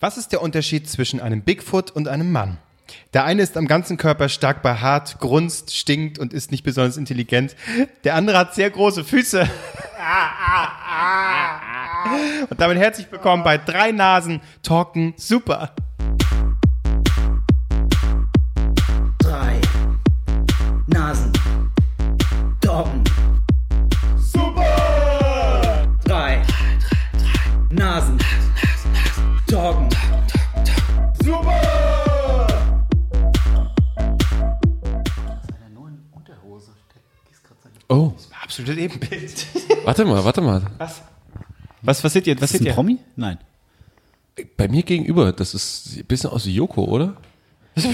Was ist der Unterschied zwischen einem Bigfoot und einem Mann? Der eine ist am ganzen Körper stark behaart, grunzt, stinkt und ist nicht besonders intelligent. Der andere hat sehr große Füße. Und damit herzlich willkommen bei Drei Nasen Talken Super. drei Nasen. Doggen. Super! Drei Nasen. Doggen. Oh, Absolutes Ebenbild. warte mal, warte mal. Was? Was, was seht ihr? Was seht ihr? Promi? Nein. Bei mir gegenüber, das ist ein bisschen aus wie Joko, oder?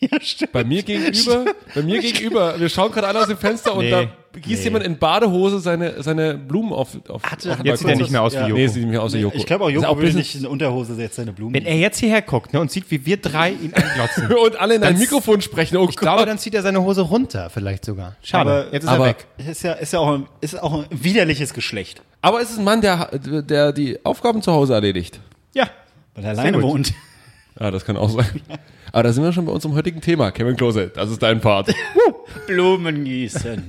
Ja, stimmt. Bei mir gegenüber, bei mir gegenüber, wir schauen gerade alle aus dem Fenster und Nee, da gießt jemand in Badehose seine, seine Blumen auf. auf, auf Jetzt sieht er nicht mehr aus wie Ja. Joko. Nee, sieht nicht mehr aus wie Joko. Ich glaube auch, Ist Joko will bisschen- nicht in Unterhose jetzt seine Blumen. Wenn er jetzt hierher guckt ne, und sieht, wie wir drei ihn anglotzen, Und alle in ein Das- Mikrofon sprechen. Oh ich glaube, Gott. dann zieht er seine Hose runter vielleicht sogar. Schade, Aber- jetzt ist aber- er weg. ist ja, ist ja auch ein, ist auch ein widerliches Geschlecht, Aber es ist ein Mann, der, der die Aufgaben zu Hause erledigt. Ja, weil er alleine gut. wohnt. Ja, das kann auch sein. Aber da sind wir schon bei unserem heutigen Thema. Kevin Klose, das ist dein Part. Blumen gießen.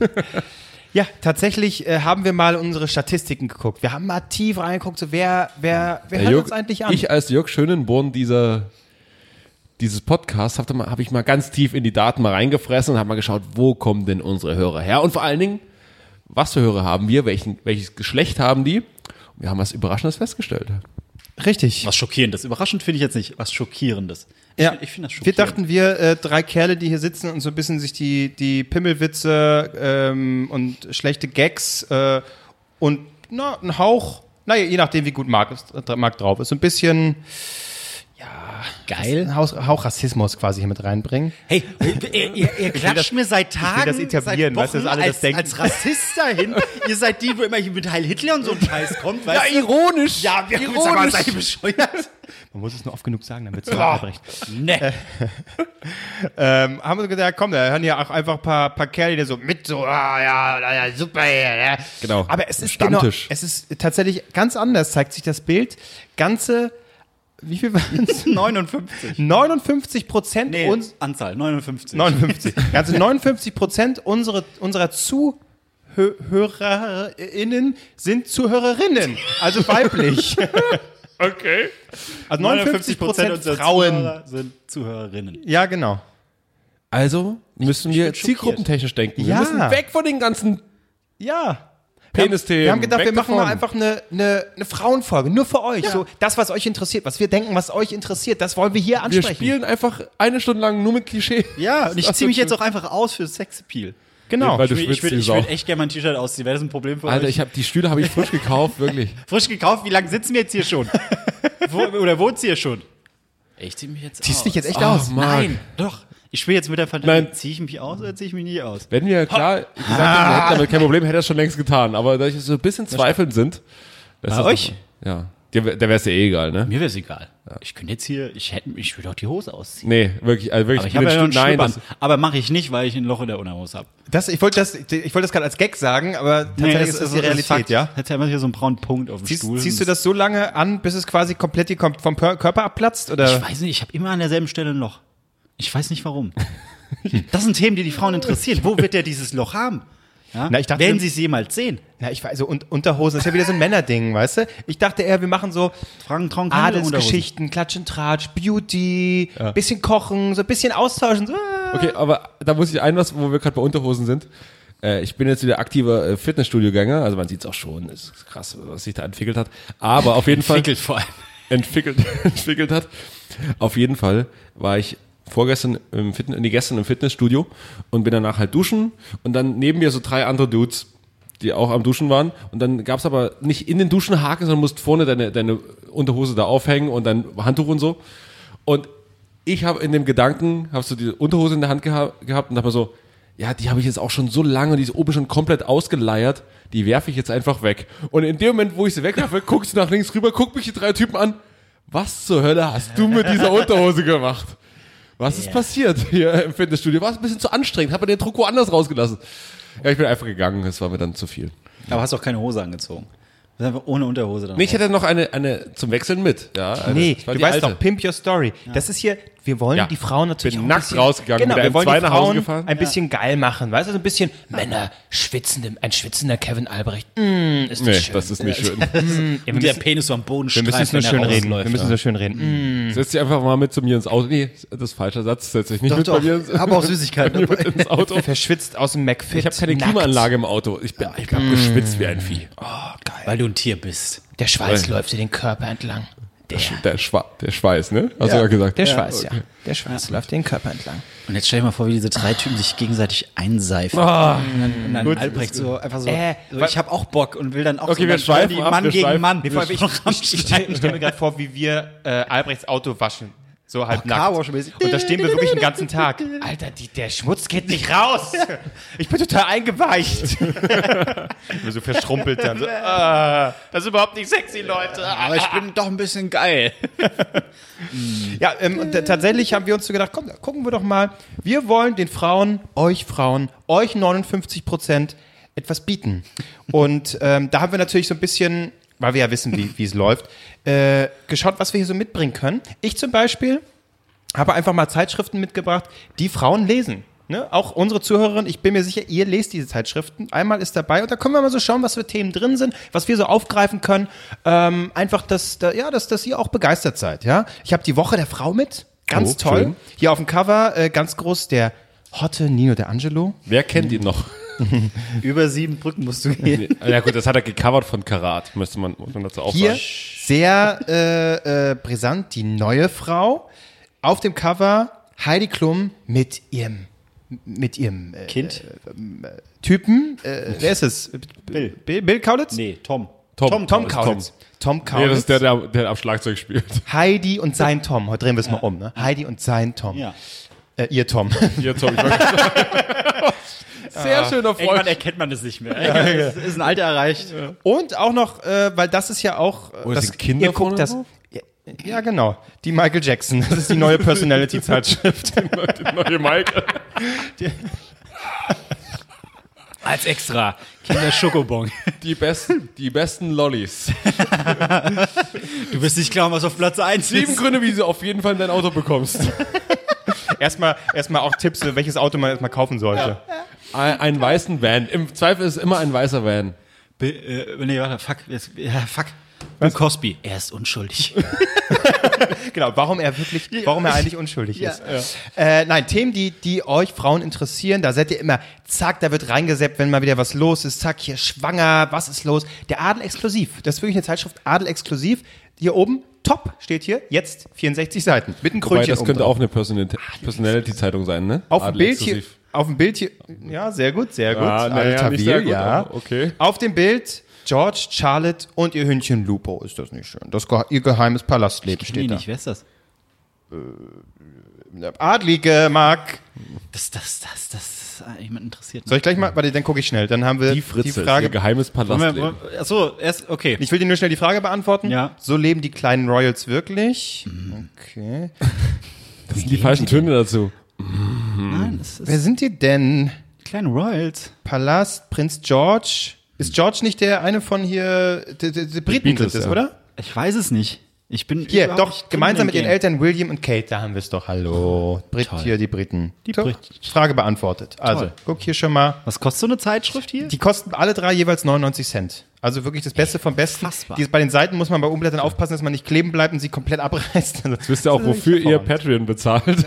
Ja, tatsächlich äh, haben wir mal unsere Statistiken geguckt. Wir haben mal tief reingeguckt, so wer, wer, wer hört uns eigentlich an? Ich als Jörg Schönenborn dieser, dieses Podcast habe mal, hab ich mal ganz tief in die Daten mal reingefressen und habe mal geschaut, wo kommen denn unsere Hörer her? Und vor allen Dingen, was für Hörer haben wir? Welchen, welches Geschlecht haben die? Und wir haben was Überraschendes festgestellt. Richtig. Was Schockierendes. Überraschend finde ich jetzt nicht. Was Schockierendes. Ich ja. find- ich finde das wir schockierend. dachten, wir äh, drei Kerle, die hier sitzen und so ein bisschen sich die, die Pimmelwitze ähm, und schlechte Gags äh, und na, ein Hauch, naja, je nachdem, wie gut Marc, ist, äh, Marc drauf ist, so ein bisschen geil. einen Hauch, Hauch Rassismus quasi hier mit reinbringen. Hey, ihr, ihr, ihr klatscht das- mir seit Tagen, das etablieren, seit weißt du, dass alle das als, denken. als Rassist dahin. ihr seid die, wo immer hier mit Heil Hitler und so ein Scheiß kommt, weißt du? ironisch. Ja, wir haben aber seid ihr bescheuert. Man muss es nur oft genug sagen, damit es abrecht. Ne. ähm, haben wir gedacht, komm, da hören ja auch einfach ein paar, paar Kerle, die so mit so, ah, ja, ja, ja, super, ja, ja. Genau. Aber es ist Stammtisch. Genau, es ist tatsächlich ganz anders, zeigt sich das Bild. Ganze, wie viel waren es? 59. 59 Prozent Nee, uns, Anzahl, 59. 59, ganze 59 Prozent unsere, unserer ZuhörerInnen sind ZuhörerInnen, also weiblich. Okay. Also 59 Prozent Frauen. Zuhörer sind Zuhörerinnen. Ja, genau. Also müssen wir schockiert. zielgruppentechnisch denken. Ja. Wir müssen weg von den ganzen Ja. Penis-Themen. Wir haben gedacht, weg wir machen mal davon. einfach eine, eine, eine Frauenfolge, nur für euch. So das, was euch interessiert, was wir denken, was euch interessiert, das wollen wir hier Wir ansprechen. spielen einfach eine Stunde lang nur mit Klischee. Ja, und ich Das ziehe mich wird jetzt auch einfach aus für Sexappeal. genau. Weil du Ich will, ich schwitzt will, die ich will Sau. echt gerne mein T-Shirt ausziehen. Wäre das ein Problem für Alter, euch? ich habe die Stühle habe ich frisch gekauft, wirklich. Frisch gekauft, wie lange sitzen wir jetzt hier schon? wo, oder wohnt ihr schon? Ich ziehe mich jetzt Siehst dich jetzt echt Ah, aus? Mann. Marc. Nein, doch. Ich spiele jetzt mit der Fantasie. Nein. Ziehe ich mich aus oder ziehe ich mich nicht aus? Wenn wir klar gesagt hätten, wir hätten damit kein Problem, hätte er es schon längst getan. Aber da ich so ein bisschen zweifelnd sind. das Bei ist- euch? Ja. Der, der wär's ja eh egal, ne? Mir wäre es egal. Ich könnte jetzt hier, ich hätte, ich würde auch die Hose ausziehen. Nee, wirklich, also wirklich. Aber mit ich habe ja den noch einen Stühlen- Nein, Schlüppern. das, Aber mache ich nicht, weil ich ein Loch in der Unterhose habe. Das, ich wollte das, ich wollte das gerade als Gag sagen, aber tatsächlich ist das die Realität, ja. Hätte ja immer hier so einen braunen Punkt auf dem Ziehst, Stuhl. ziehst du das so lange an, bis es quasi komplett die kom vom Per- Körper abplatzt? Ich Oder? weiß nicht, ich habe immer an derselben Stelle ein Loch. Ich weiß nicht warum. Das sind Themen, die die Frauen interessieren. Wo wird der dieses Loch haben? Ja? Na, ich dachte- Werden sie es jemals sehen? Na, ich weiß, so und, Unterhosen, das ist ja wieder so ein Männerding, weißt du? Ich dachte eher, wir machen so Fragen trauen keine Unterhosen. Adelsgeschichten, Klatsch und Tratsch, Beauty, bisschen kochen, so ein bisschen austauschen. So. okay, aber da muss ich ein was, wo wir gerade bei Unterhosen sind. Äh, Ich bin jetzt wieder aktiver äh, Fitnessstudio-Gänger, also man sieht's auch schon, es ist krass, was sich da entwickelt hat. Aber auf jeden Fall. Fickelt vor allem. entwickelt, entwickelt hat. Auf jeden Fall war ich vorgestern im Fitness, nee, gestern im Fitnessstudio und bin danach halt duschen und dann neben mir so drei andere Dudes, die auch am Duschen waren und dann gab's aber nicht in den Duschen Haken, sondern musst vorne deine, deine Unterhose da aufhängen und dein Handtuch und so und ich habe in dem Gedanken, habe so diese Unterhose in der Hand geha gehabt und habe so, ja, die habe ich jetzt auch schon so lange, die ist oben schon komplett ausgeleiert, die werfe ich jetzt einfach weg. Und in dem Moment, wo ich sie wegwerfe, guckst du nach links rüber, guck mich die drei Typen an. Was zur Hölle hast du mit dieser Unterhose gemacht? Was ist passiert hier im Fitnessstudio? War es ein bisschen zu anstrengend? Hat man den Druck woanders rausgelassen? Ja, ich bin einfach gegangen, es war mir dann zu viel. Aber hast auch keine Hose angezogen. Das ist einfach ohne Unterhose dann. Nee, ich hätte noch eine, eine zum Wechseln mit. Ja, eine, Nee, das du war die weißt alte. doch, Pimp Your Story. Das ist hier, wir wollen Ja. die Frauen natürlich Bin auch ein nackt bisschen- rausgegangen, genau, mit wir einem wollen Zwei die nach Hause Frauen gefahren. ein bisschen geil machen, weißt du, so ein bisschen Männer, schwitzende, ein schwitzender Kevin Albrecht, mm, ist das Nee, schön. das ist nicht schön. ja, wir Und der müssen, Penis so am Boden wir müssen es nur schön reden, wir Läuft, müssen es nur schön reden. Mm. Setz dich einfach mal mit zu mir ins Auto. Nee, das ist falscher Satz. Setz dich nicht Doch, mit doch. bei mir Hab auch Süßigkeiten mit dabei. ins Auto. Verschwitzt aus dem McFit. Ich habe keine nackt. Klimaanlage im Auto. Ich, bin, ich habe geschwitzt wie ein Vieh. Weil du ein Tier bist. Der Schweiß läuft dir den Körper entlang. Der, Der, Schwa der Schweiß, ne? Hast du ja gesagt. der Ja. Schweiß, ja. Der Schweiß läuft dir den Körper entlang. Und jetzt stell dir mal vor, wie diese drei Typen sich gegenseitig Oh. einseifen. und dann, und dann Albrecht so einfach so, Äh, so wa- ich habe auch Bock und will dann auch Okay, so wir dann stellen die schweifen ab, Mann wir gegen schweifen. Mann. Nee, vor allem, ich, ich, ich, stell- ich stelle mir gerade vor, wie wir äh, Albrechts Auto waschen. So halb nackt. Carwash-mäßig. Und da stehen wir wirklich den ganzen Tag. Alter, die, der Schmutz geht nicht raus. Ich bin total eingeweicht. Ich bin so verschrumpelt dann. So, ah, das ist überhaupt nicht sexy, Leute. Aber ich bin doch ein bisschen geil. Ja, ähm, und t- tatsächlich haben wir uns so gedacht, komm, gucken wir doch mal. Wir wollen den Frauen, euch Frauen, euch 59 Prozent etwas bieten. Und ähm, da haben wir natürlich so ein bisschen, weil wir ja wissen, wie wie es läuft, äh, geschaut, was wir hier so mitbringen können. Ich zum Beispiel habe einfach mal Zeitschriften mitgebracht, die Frauen lesen. Ne? Auch unsere Zuhörerin, ich bin mir sicher, ihr lest diese Zeitschriften. Einmal ist dabei und da können wir mal so schauen, was für Themen drin sind, was wir so aufgreifen können. Ähm, einfach, dass, da, ja, dass, dass ihr auch begeistert seid. Ja? Ich habe die Woche der Frau mit. Ganz Oh, toll. schön. Hier auf dem Cover äh, ganz groß der Hotte Nino de Angelo. Wer kennt ihn noch? Über sieben Brücken musst du gehen. ja gut, das hat er gecovert von Karat, müsste man, muss man dazu auch Hier sagen. sehr äh, äh, brisant die neue Frau. Auf dem Cover Heidi Klum mit ihrem mit ihrem äh, Kind? Typen, äh, wer ist es? Bill. Bill, Bill Kaulitz? Nee, Tom. Tom, Tom Kaulitz. Tom Kaulitz. Nee, das ist der, der, der am Schlagzeug spielt. Heidi und sein Tom. Heute drehen wir es mal um, ne? Heidi und sein Tom. Ja. Äh, ihr Tom. Hier, Tom, ich war Sehr schöner Irgendwann erkennt man das nicht mehr. Es ist ein Alter erreicht. Und auch noch, äh, weil das ist ja auch. Äh, Oder das, sind Kinder ihr guckt vorne das. drauf? Ja, ja, genau. Die Michael Jackson. Das ist die neue Personality-Zeitschrift. Der halt neue Mike. Als extra. Kinder Schokobon. Die besten, die besten Lollis. Du wirst nicht glauben, was auf Platz 1 Sieben ist. Gründe, wie du auf jeden Fall dein Auto bekommst. erstmal, erstmal auch Tipps, welches Auto man erstmal kaufen sollte. Ein, einen weißen Van. Im Zweifel ist immer ein weißer Van. Bill, äh, nee, warte, fuck. Jetzt, ja, fuck. Bill Cosby. Er ist unschuldig. Genau, warum er wirklich, warum er eigentlich unschuldig ist. Äh, nein, Themen, die, die euch Frauen interessieren, da seid ihr immer, zack, da wird reingeseppt, wenn mal wieder was los ist, zack, hier schwanger, was ist los? Der Adel exklusiv, das ist wirklich eine Zeitschrift Adel exklusiv. Hier oben, top, steht hier, jetzt 64 Seiten, mit einem Weil Krönchen das oben könnte drauf. auch eine Personality- Personality-Zeitung sein, ne? Ah, Auf dem Adel Bild hier, exklusiv. auf dem Bild hier, ja, sehr gut, sehr gut. Ah, na Adel ja, Tawil, nicht sehr gut, ja. aber okay. Auf dem Bild George, Charlotte und ihr Hündchen Lupo. Ist das nicht schön? Das, ge- ihr geheimes Palastleben nee, steht da. nicht. Wer ist das? Adlige, Marc. Das, das, das, das. ah, Jemand interessiert mich. Soll ich gleich mal, warte, dann gucke ich schnell. Dann haben wir Die Fritze, ihr Äh, Frage. geheimes Moment, Palastleben. Moment, Achso, erst, okay. Ich will dir nur schnell die Frage beantworten. Ja. So leben die kleinen Royals wirklich. Okay. Das sind die falschen Töne dazu. Nein, das ist Wer sind die denn? Klein Hm. Royals. Palast, Prinz George. Ist George nicht der eine von hier, die, die, die Briten Beatles, sind es, ja. oder? Ich weiß es nicht. Ich bin Hier, überhaupt nicht doch, drin gemeinsam im mit ihren Game. Eltern William und Kate, da haben wir es doch. Hallo. Brit hier, die Briten. Die Briten. Frage beantwortet. Also, Toll. guck hier schon mal. Was kostet so eine Zeitschrift hier? Die kosten alle drei jeweils 99 Cent. Also wirklich das Beste vom Besten. Unfassbar. Die, bei den Seiten muss man bei Umblättern aufpassen, dass man nicht kleben bleibt und sie komplett abreißt. Also, Wisst ihr auch, das ist wofür ihr hervorragend. Patreon bezahlt?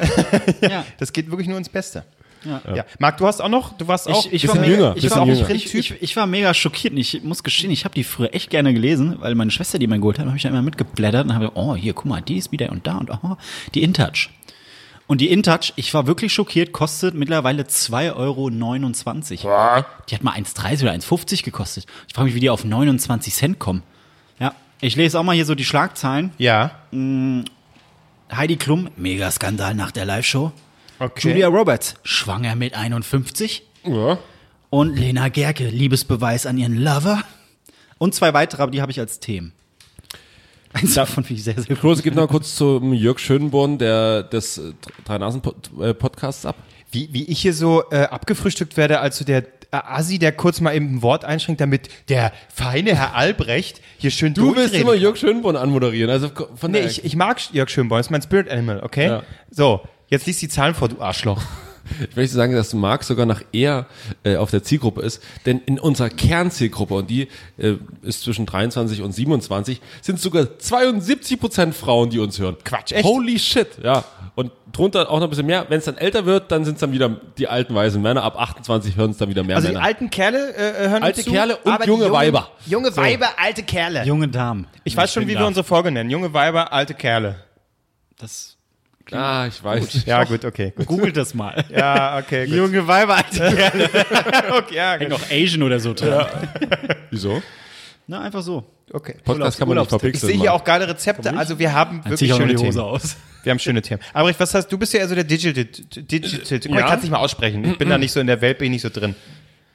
ja. Das geht wirklich nur ins Beste. Ja. Ja. Marc, du hast auch noch, du warst auch. bisschen mega- jünger, Ich bisschen war, auch jünger. Ich, ich, ich war mega schockiert. Und Ich muss gestehen, ich habe die früher echt gerne gelesen, weil meine Schwester die mir geholt hat, habe ich dann immer mitgeblättert und habe gedacht, oh, hier, guck mal, die ist wieder und da und aha, die InTouch. Und die InTouch, ich war wirklich schockiert, kostet mittlerweile 2,29 Euro. Die hat mal 1,30 oder 1,50 gekostet. Ich frage mich, wie die auf 29 Cent kommen. Ja, ich lese auch mal hier so die Schlagzeilen. ja. Heidi Klum, Megaskandal nach der Live-Show. Okay. Julia Roberts, schwanger mit 51. Ja. Und Lena Gerke, Liebesbeweis an ihren Lover. Und zwei weitere, aber die habe ich als Themen. Eins davon finde ich sehr, sehr gut. Klose, gib noch kurz zum Jörg Schönborn, der des äh, Drei-Nasen-Podcasts ab. Wie, wie ich hier so äh, abgefrühstückt werde als so der äh, Assi, der kurz mal eben ein Wort einschränkt, damit der feine Herr Albrecht hier schön Du willst durchreden immer Jörg Schönborn anmoderieren. Also von Nee, der- ich, ich mag Jörg Schönborn, ist mein Spirit Animal, okay? Ja. So, jetzt liest die Zahlen vor, du Arschloch. Ich möchte sagen, dass Marc sogar noch eher äh, auf der Zielgruppe ist, denn in unserer Kernzielgruppe, und die äh, ist zwischen 23 und 27, sind sogar 72 Prozent Frauen, die uns hören. Quatsch, echt? Holy shit, ja. Und drunter auch noch ein bisschen mehr. Wenn es dann älter wird, dann sind es dann wieder die alten weißen Männer. Ab 28 hören es dann wieder mehr Also die Männer. alten Kerle äh, hören Alte zu, Kerle und aber die junge jungen- Weiber. Junge Weiber, alte Kerle. Junge Damen. Ich weiß schon, wie wir unsere Folge nennen. Junge Weiber, alte Kerle. Das, ah, ich weiß. Ja, gut, okay. Gut. googelt das mal. Ja, okay, gut. Junge Weiber, Alter. Okay, ja, gut. Noch Asian oder so drin. Wieso? Na, einfach so. okay. Podcast kann man nicht Urlaubstipp. Ich verpixeln. sehe hier Mann. auch geile Rezepte. Also wir haben Dann zieh ich wirklich auch noch schöne die Hose Themen. aus. Wir haben schöne Themen. Aber ich, was hast du? bist ja eher so der Digital. Digital. Guck mal, Ja. Ich kann es nicht mal aussprechen. Ich bin da nicht so in der Welt, bin ich nicht so drin.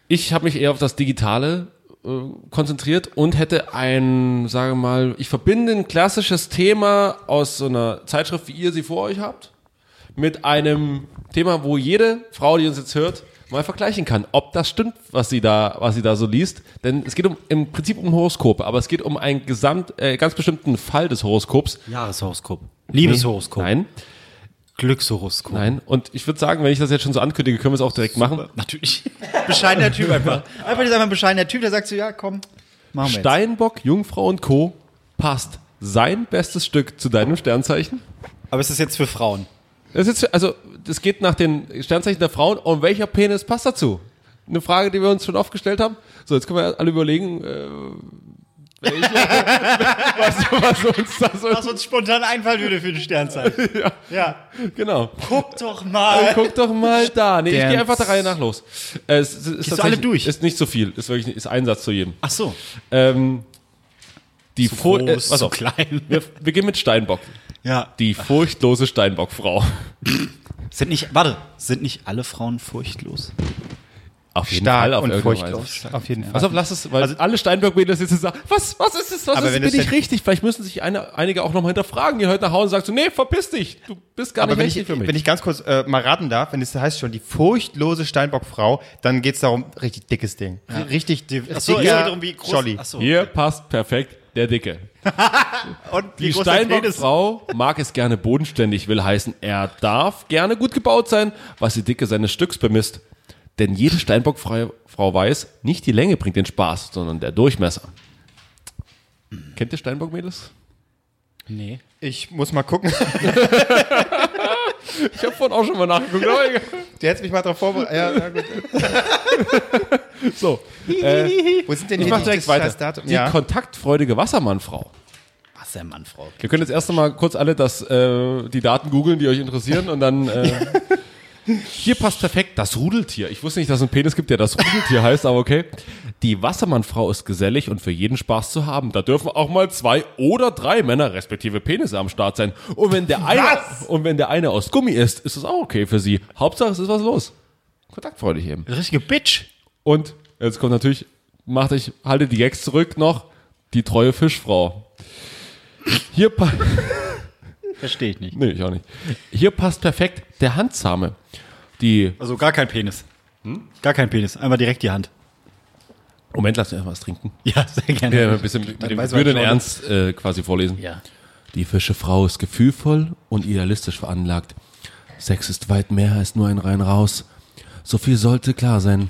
Ich habe mich eher auf das Digitale äh, konzentriert und hätte ein, sage mal, ich verbinde ein klassisches Thema aus so einer Zeitschrift, wie ihr sie vor euch habt, mit einem Thema, wo jede Frau, die uns jetzt hört, mal vergleichen kann, ob das stimmt, was sie da, was sie da so liest. Denn es geht um, im Prinzip um Horoskope, aber es geht um einen gesamt, äh, ganz bestimmten Fall des Horoskops. Jahreshoroskop. Liebeshoroskop. Nein, Glückshoroskop. nein. Und ich würde sagen, wenn ich das jetzt schon so ankündige, können wir es auch direkt machen. Natürlich. Bescheidener Typ einfach. Einfach ist einfach ein bescheidener Typ, der sagt so, ja, komm, machen wir jetzt. Steinbock, Jungfrau und Co. passt sein bestes Stück zu deinem Sternzeichen. Aber es ist jetzt für Frauen. Das ist, also, das geht nach den Sternzeichen der Frauen und welcher Penis passt dazu? Eine Frage, die wir uns schon oft gestellt haben. So, jetzt können wir alle überlegen, äh, welche, was, was uns da so, uns spontan einfallen würde für den Sternzeichen. ja. genau. Also Guck doch mal. Guck doch mal da. Nee, ich Dance. gehe einfach der Reihe nach los. Äh, Es, es, ist alle tatsächlich- durch? Ist nicht so viel. Ist wirklich, ist ein Satz zu jedem. Ach so. Ähm, die Furcht, äh, Groß, was so auch. klein. Wir, wir gehen mit Steinbock. Ja. Die furchtlose Steinbockfrau. Sind nicht, warte, sind nicht alle Frauen furchtlos? Auf jeden Stark Fall auf und irgendeine Weise. furchtlos. Auf jeden Fall. Pass auf, lass es, weil alle Steinberg-Medien das jetzt sagen, was, was ist es, was Aber ist, wenn bin es ich denn- richtig? Vielleicht müssen sich eine, einige auch nochmal hinterfragen, die heute nach Hause und sagst, so, nee, verpiss dich, du bist gar Aber nicht wenn ich, richtig für mich. wenn ich ganz kurz äh, mal raten darf, wenn es heißt schon die furchtlose Steinbockfrau, dann geht es darum, richtig dickes Ding. Richtig dick. so, es geht darum, wie groß- Jolly. Ach so. Hier passt perfekt der Dicke. Und Die Steinbock-Frau mag es gerne bodenständig, will heißen, er darf gerne gut gebaut sein, was die Dicke seines Stücks bemisst. Denn jede Steinbock-Frau Frau weiß, nicht die Länge bringt den Spaß, sondern der Durchmesser. Kennt ihr Steinbock-Mädels? Nee. Ich muss mal gucken. Ich habe vorhin auch schon mal nachgeguckt, aber egal. Du hättest mich mal drauf vorbereitet. Ja, na gut. So, Wo sind denn ich hier mache die- direkt das weiter. scheiß Datum? Die Ja. kontaktfreudige Wassermannfrau. Was der Mann, Frau. Wir können jetzt erst einmal kurz alle das, äh, die Daten googeln, die euch interessieren und dann... Äh, hier passt perfekt das Rudeltier. Ich wusste nicht, dass es einen Penis gibt, der das Rudeltier heißt, aber okay. Die Wassermannfrau ist gesellig und für jeden Spaß zu haben. Da dürfen auch mal zwei oder drei Männer respektive Penisse am Start sein. Und wenn der eine, und wenn der eine aus Gummi ist, ist das auch okay für sie. Hauptsache, es ist was los. Kontaktfreudig eben. Richtige Bitch. Und jetzt kommt natürlich, macht ich, halte die Gags zurück noch, die treue Fischfrau. Hier, pa Verstehe ich nicht. nee, ich auch nicht. Hier passt perfekt der Handsame. Die, Also gar kein Penis. Gar kein Penis. Einmal direkt die Hand. Moment, lass mir erst mal was trinken. Ja, sehr gerne. Ja, ein bisschen mit dem weiß man würden schon. Ernst äh, quasi vorlesen. Ja. Die Fischefrau ist gefühlvoll und idealistisch veranlagt. Sex ist weit mehr als nur ein rein raus. So viel sollte klar sein.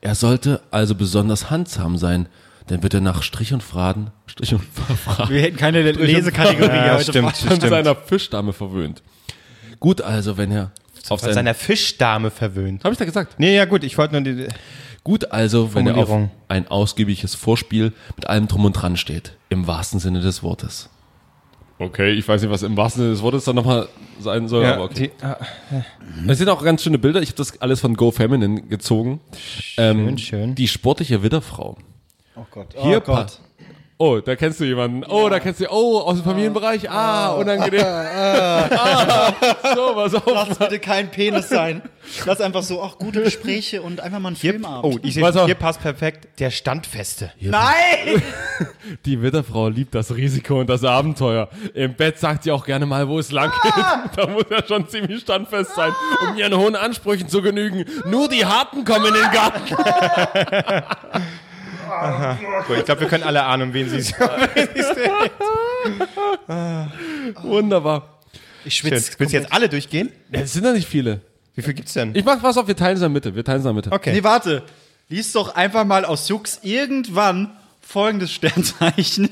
Er sollte also besonders handsam sein, denn wird er nach Strich und Faden, Strich und Faden, Wir hätten keine Lesekategorie Ja, heute. stimmt. von seiner Fischdame verwöhnt. Gut also, wenn er Von auf seinen, seiner Fischdame verwöhnt. habe ich da gesagt? Nee, ja gut, ich wollte nur die... Gut also, wenn er auf Formulierung. ein ausgiebiges Vorspiel mit allem drum und dran steht, im wahrsten Sinne des Wortes. Okay, ich weiß nicht, was im wahrsten Sinne des Wortes dann nochmal sein soll, aber okay. die ah, Es sind auch ganz schöne Bilder. Ich habe das alles von Go Feminine gezogen. Schön, schön. Die sportliche Widderfrau. Oh Gott. Hier oh pa- Gott. Oh, da kennst du jemanden. Oh, da kennst du. Oh, aus dem Familienbereich. Ah, unangenehm. Ah, so, pass auf. Lass bitte kein Penis sein. Lass einfach so, ach, gute Gespräche und einfach mal einen Filmabend. Oh, ich sehe, Pass auf. hier passt perfekt der Standfeste. Nein! Die Witterfrau liebt das Risiko und das Abenteuer. Im Bett sagt sie auch gerne mal, wo es lang geht. Da muss er schon ziemlich standfest sein, um ihren hohen Ansprüchen zu genügen. Nur die Harten kommen in den Garten. Gut, Oh, ich glaube, wir können alle ahnen, um wen sie ist. Wunderbar. Ich schwitze. Willst du jetzt alle durchgehen? Es sind da nicht viele. Wie viel gibt's denn? Ich mach was auf, wir teilen es in der Mitte. Wir teilen es in der Mitte. Okay. Nee, warte. Lies doch einfach mal aus Jux irgendwann folgendes Sternzeichen.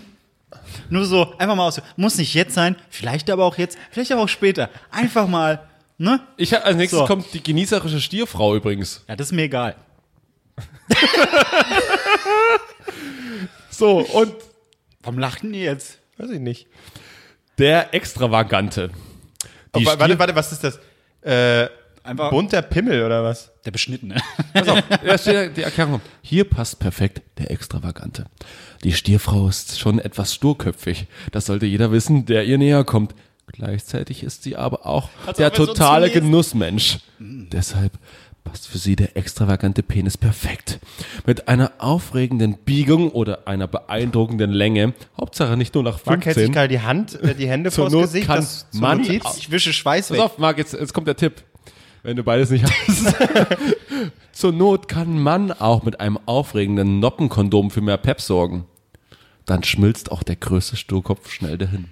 Nur so, einfach mal aus. Muss nicht jetzt sein, vielleicht aber auch jetzt, vielleicht aber auch später. Einfach mal, ne? Ich hab, als nächstes So. kommt die genießerische Stierfrau übrigens. Ja, das ist mir egal. So, und Warum lachen die jetzt? Weiß ich nicht. der Extravagante. Die Oh, Wa- Stier- warte, warte, was ist das? Äh, Einfach bunter Pimmel oder was? der Beschnittene. Da steht die Erklärung. Hier passt perfekt der Extravagante. Die Stierfrau ist schon etwas sturköpfig. Das sollte jeder wissen, der ihr näher kommt. Gleichzeitig ist sie aber auch der ob wir so totale zulesen. Genussmensch. Deshalb passt für sie der extravagante Penis perfekt. Mit einer aufregenden Biegung oder einer beeindruckenden Länge. Hauptsache nicht nur nach Marc hält sich 15. gerade die Hand, äh, die Hände Zur vors Not Gesicht. kann zur man- Notiz. Ich wische Schweiß Pass weg. auf, Marc, jetzt, jetzt kommt der Tipp. Wenn du beides nicht hast. Zur Not kann man auch mit einem aufregenden Noppenkondom für mehr Pep sorgen. Dann schmilzt auch der größte Sturkopf schnell dahin.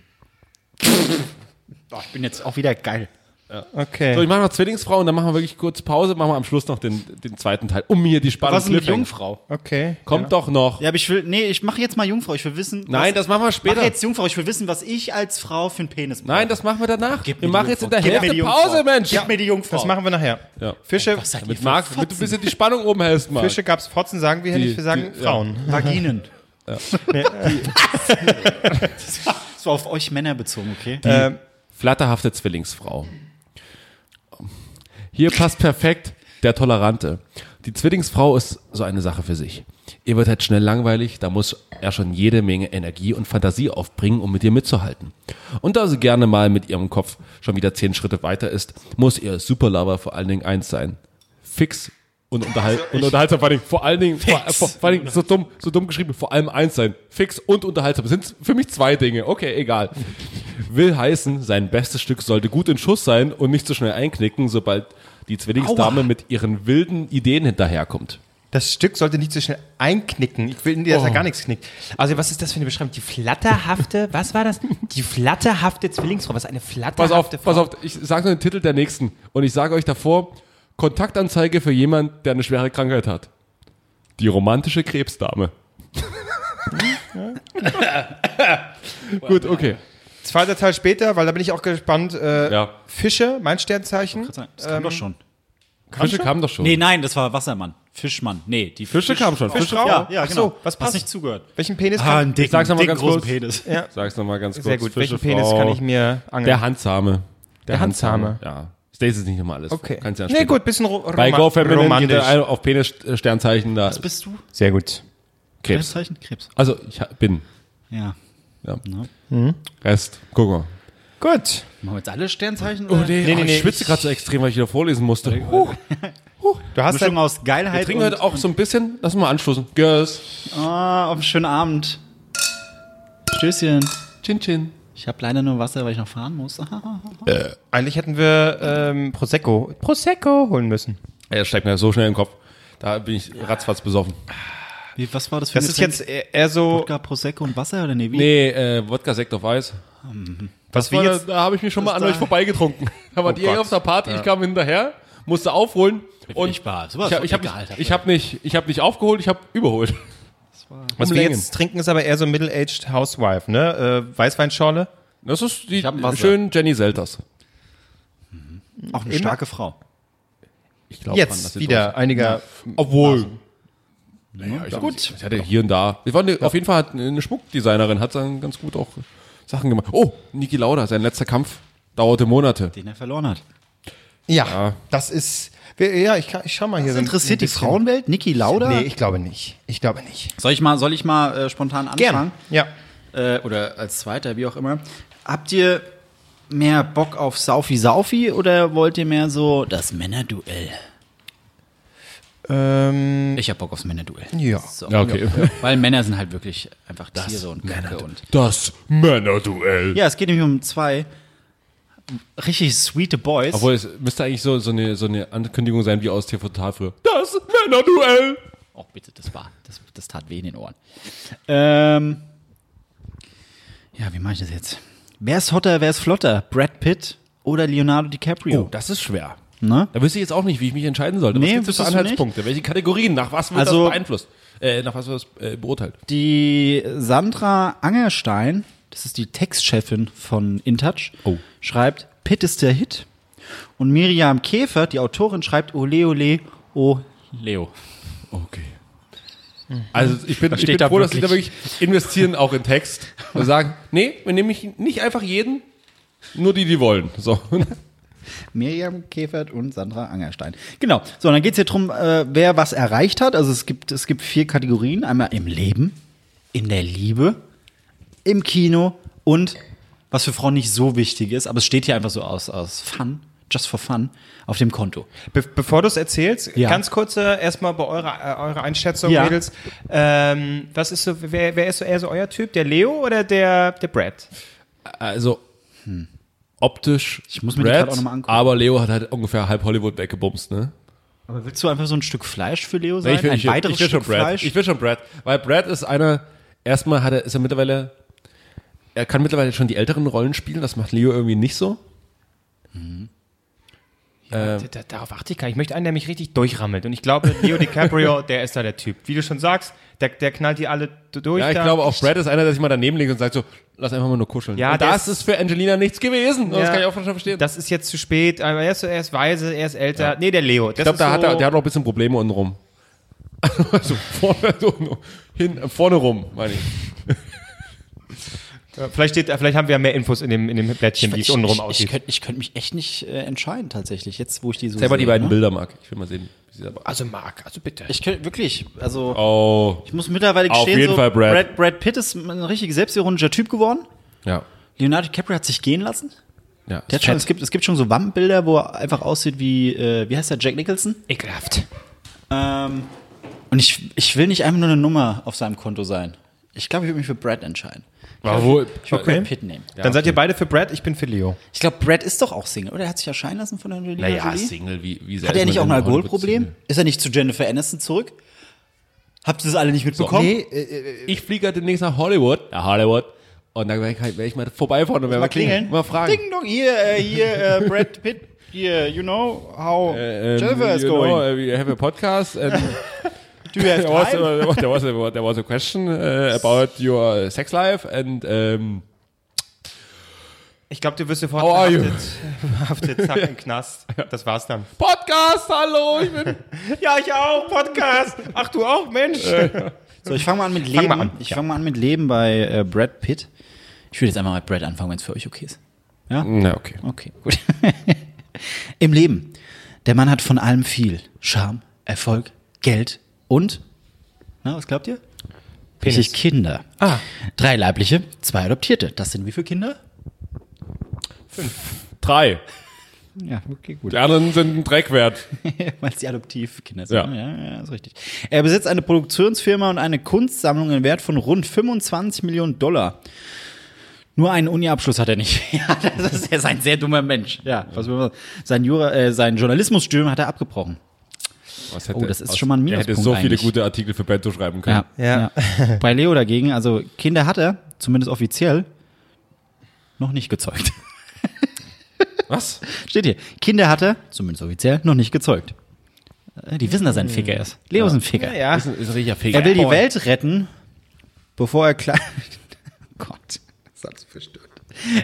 Boah, ich bin jetzt auch wieder geil. So, Okay. ich mache noch Zwillingsfrau und dann machen wir wirklich kurz Pause, machen wir am Schluss noch den, den zweiten Teil. Um hier die Spannung Was ist mit Cliffhanger. Jungfrau? Okay. Kommt doch noch. Ja, aber ich will, nee, ich mache jetzt mal Jungfrau. Ich will wissen. Nein, was, das machen wir mach später. jetzt Jungfrau. Ich will wissen, was ich als Frau für einen Penis brauche. Nein, das machen wir danach. Gib mir Wir die machen jetzt in der Jungfrau. Gib mir die Hälfte Jungfrau. Pause, Mensch. Gib mir die Jungfrau. Das machen wir nachher. Ja. Fische, Was seid ihr Mit für Marc, damit du ein Fotzen? bisschen die Spannung oben hältst, Marc. Fische gab's Fotzen, sagen wir hier Die- nicht, wir sagen die- ja. Frauen. Vaginen. das, war, das war auf euch Männer bezogen, okay? Ähm, Flatterhafte Zwillingsfrau. Hier passt perfekt der Tolerante. Die Zwillingsfrau ist so eine Sache für sich. Ihr wird halt schnell langweilig, da muss er schon jede Menge Energie und Fantasie aufbringen, um mit ihr mitzuhalten. Und da sie gerne mal mit ihrem Kopf schon wieder zehn Schritte weiter ist, muss ihr Superlaber vor allen Dingen eins sein. Fix und, unterhal und unterhaltsam, vor allen Dingen, vor allen Dingen, vor, Fix. vor, vor allen Dingen so, dumm, so dumm geschrieben, vor allem eins sein. Fix und unterhaltsam. Das sind für mich zwei Dinge. Okay, egal. Will heißen, sein bestes Stück sollte gut in Schuss sein und nicht so schnell einknicken, sobald die Zwillingsdame Aua. mit ihren wilden Ideen hinterherkommt. Das Stück sollte nicht so schnell einknicken. Ich will, dass er Oh. gar nichts knickt. Also, was ist das für eine Beschreibung? Die flatterhafte, was war das? Die flatterhafte Zwillingsfrau. Was ist eine Pass auf, flatterhafte pass auf, ich sage nur den Titel der nächsten und ich sage euch davor, Kontaktanzeige für jemand, der eine schwere Krankheit hat. Die romantische Krebsdame. Gut, okay. Zweiter Teil später, weil da bin ich auch gespannt. Äh, Ja. Fische, mein Sternzeichen. Ähm, das kam doch schon. Fische kamen doch schon. Nee, nein, das war Wassermann. Fischmann. Nee, die Fische kamen schon. Fische Fischfrau. Ja, ja, Ach genau. so, was Hast passt? nicht zugehört. Ah, Welchen Ah, Penis kann dicken, sag's noch mal ganz kurz. Penis. Sag's nochmal ganz kurz. Sehr gut. Fische, Welchen Penis Frau. kann ich mir angeln? Der Handsame. Der Handsame. Ja. Stays jetzt nicht nochmal alles. okay. Kannst ja nee, später. gut, bisschen ro Bei roma- GoFeminine geht er romantisch. ein auf Penis-Sternzeichen da. Was bist du? Sehr gut. Krebs. Zeichen? Krebs. Also, ich ha- bin. Ja. Ja. Ne? Rest. Guck mal. Gut. Machen wir jetzt alle Sternzeichen? Oh, oder? nee, nee, oh, nee. ich schwitze gerade so extrem, weil ich wieder vorlesen Halt musste. Huch. Du hast Mischung dein, aus Wir Geilheit trinken heute auch so ein bisschen. Lass uns mal anstoßen. Girls. Ah, auf einen schönen Abend. Stößchen. Chin Chin. Ich habe leider nur Wasser, weil ich noch fahren muss. Ach, eigentlich hätten wir ähm, Prosecco, Prosecco holen müssen. Ja, Das steigt mir so schnell in den Kopf. Da bin ich ratzfatz besoffen. Wie, was war das für Das ein ist jetzt eher eher so, Wodka, Prosecco und Wasser oder nee? Wie? Nee, äh, Wodka Sekt auf Eis. was War wir da- jetzt da habe ich mich schon mal an da- euch vorbeigetrunken. Da wart Oh ihr Gott. auf der Party, ich kam hinterher, musste aufholen. Und ich war- ich sowas habe von ich hab, egal, nicht- ich hab nicht, ich hab nicht aufgeholt, ich habe überholt. Was wir Längen. jetzt trinken, ist aber eher so Middle-Aged Housewife, ne? Äh, Weißweinschorle. Das ist die Ich hab Wasser. Mhm. schönen Jenny Selters. Auch eine starke Frau. Ich glaube Jetzt wieder einiger. Obwohl. Naja, ich Gut. Ich hatte hier und da. Wir waren eine, Auf jeden Fall hat eine Schmuckdesignerin hat dann ganz gut auch Sachen gemacht. Oh, Niki Lauda, sein letzter Kampf dauerte Monate. Den er verloren hat. Ja, das ist. Ja, ich, kann, ich schau mal hier. so ein Interessiert die bisschen. Frauenwelt Niki Lauda? Nee, ich glaube nicht. Ich glaube nicht. Soll ich mal, soll ich mal äh, spontan anfangen? Gerne. Ja. Äh, oder als Zweiter, wie auch immer. Habt ihr mehr Bock auf Saufi Saufi oder wollt ihr mehr so das Männerduell? Ähm, Ich hab Bock aufs Männerduell. ja. So. Ja, okay. Weil Männer sind halt wirklich einfach Tiere und Kacke und. Das Männerduell. Ja, es geht nämlich um zwei richtig sweete Boys. Obwohl, es müsste eigentlich so, so, eine, so eine Ankündigung sein wie aus TV Total früher. Das Männerduell. Oh, bitte, das war, das, das tat weh in den Ohren. Ähm, ja, wie mache ich das jetzt? Wer ist hotter, wer ist flotter? Brad Pitt oder Leonardo DiCaprio? das ist schwer. Ne? Da wüsste ich jetzt auch nicht, wie ich mich entscheiden sollte. Oh. Nee, gibt's wüsstest du Welche Kategorien? Nach was wird Also- das beeinflusst? Äh, nach was wird das äh, beurteilt? Die Sandra Angerstein, das ist die Textchefin von InTouch, Oh. schreibt, Pitt ist der Hit. Und Miriam Käfer, die Autorin, schreibt, ole ole, oh Leo. Okay. Also ich bin, ich steht bin da froh, dass sie da wirklich- wirklich investieren, auch in Text. Und sagen, nee, wir nehmen nicht- nicht einfach jeden, nur die, die wollen. So. Miriam Käfert und Sandra Angerstein. Genau. So, und dann geht's hier drum, äh, wer was erreicht hat. Also es gibt, es gibt vier Kategorien. Einmal im Leben, in der Liebe, im Kino und was für Frauen nicht so wichtig ist, aber es steht hier einfach so aus, aus Fun, just for fun, auf dem Konto. Be bevor du es erzählst, Ja. ganz kurz äh, erstmal bei eurer, äh, eurer Einschätzung, Ja. Mädels. Ähm, was ist so, wer, wer ist so eher so euer Typ? Der Leo oder der, der Brad? Also optisch Ich muss mir die Brad, gerade auch noch mal angucken. Aber Leo hat halt ungefähr halb Hollywood weggebumst, ne? Aber willst du einfach so ein Stück Fleisch für Leo Nee, sein? ich will, ein ich, will- weiteres ich will schon Stück Brad. Fleisch? Ich will schon Brad. Weil Brad ist einer, erstmal hat er, ist er mittlerweile, er kann mittlerweile schon die älteren Rollen spielen, das macht Leo irgendwie nicht so. D- d- Darauf achte ich gar nicht. Ich möchte einen, der mich richtig durchrammelt. Und ich glaube, Leo DiCaprio, der ist da der Typ. Wie du schon sagst, der, der knallt die alle d- durch. Ja, ich da. glaube auch Brad ist einer, der sich mal daneben legt und sagt so, lass einfach mal nur kuscheln. Ja, und der das ist- ist für Angelina nichts gewesen. Und Das Ja. kann ich auch schon verstehen. Das ist jetzt zu spät. Aber er ist, er ist weise, er ist älter. Nee, der Leo. ich glaube, da hat er, der hat auch ein bisschen Probleme unten rum. Also vorne, so, hin, vorne rum, meine ich. vielleicht, steht, vielleicht haben wir ja mehr Infos in dem, in dem Blättchen, wie es untenrum ich, ich, aussieht. könnte, ich könnte mich echt nicht äh, entscheiden, tatsächlich, jetzt wo ich die so. Selber die sehe, beiden ne? Bilder, Marc. Ich will mal sehen, wie sie dabei Also, Marc, also bitte. Ich könnte wirklich, also. Oh. Ich muss mittlerweile Auf gestehen, jeden so, Fall Brad. Brad. Brad Pitt ist ein richtig selbstironischer Typ geworden. Ja. Leonardo DiCaprio hat sich gehen lassen. ja. Der hat schon, es, gibt, es gibt schon so Wampenbilder, wo er einfach aussieht wie, äh, wie heißt der, Jack Nicholson? Ekelhaft. Ähm, und ich, ich will nicht einfach nur eine Nummer auf seinem Konto sein. Ich glaube, ich würde mich für Brad entscheiden. War wohl, Ich würde Brad Äh, Pitt nehmen. Dann seid ihr beide für Brad, ich bin für Leo. Ich glaube, Brad ist doch auch Single, oder? Er hat sich erscheinen lassen von Angelina naja, Also Jolie. Single, wie, wie Hat er nicht auch ein Alkoholproblem? Ist er nicht zu Jennifer Aniston zurück? Habt ihr das alle nicht mitbekommen? Nee, ich fliege halt demnächst nach Hollywood. Ja, Hollywood. Und dann werde ich mal vorbeifahren und werde mal klingeln. Mal fragen. Ding dong, hier, äh, hier, äh, Brad Pitt, hier, you know how Äh, ähm, Jennifer is you going. Know, uh, we have a podcast and uh, Do you have there, was time? a, there, was a, there was a question uh, about your sex life and um, Ich glaube, du wirst sofort How are you? verhaftet. Verhaftet, zack, im Knast. Das war's dann. Podcast, hallo, ich bin... Ja, ich auch, Podcast. Ach, du auch, Mensch. So, ich fange mal an mit Leben. mal an, Ich ja. fange mal an mit Leben bei äh, Brad Pitt. Ich würde jetzt einmal mit Brad anfangen, wenn es für euch okay ist. Na, okay. Okay, gut. Im Leben. Der Mann hat von allem viel. Charme, Erfolg, Geld und, na, was glaubt ihr? Richtig Kinder. Ah. Drei leibliche, zwei adoptierte. Das sind wie viele Kinder? Drei. Ja, okay, gut. Die anderen sind ein Dreck wert. Weil sie Adoptivkinder sind. Ja. ne? Ja, ja, ist richtig. Er besitzt eine Produktionsfirma und eine Kunstsammlung im Wert von rund 25 Millionen Dollar. Nur einen Uni-Abschluss hat er nicht. ja, das ist, er ist ein sehr dummer Mensch. Ja, was will man sagen? sein, Jura, äh, sein Journalismusstudium hat er abgebrochen. Was hätte, Oh, das ist schon mal ein Er hätte Minuspunkt so viele eigentlich. gute Artikel für Bento schreiben können. Ja. ja. Bei Leo dagegen, also Kinder hat er, zumindest offiziell, noch nicht gezeugt. Was? Steht hier. Kinder hat er, zumindest offiziell, noch nicht gezeugt. Äh, Die wissen, dass er ein Ficker ist. Leo ist ein Ficker. Ja, Das ist ein richtiger Fick. Er will die Welt retten, bevor er klein. Gott, Satz verstört.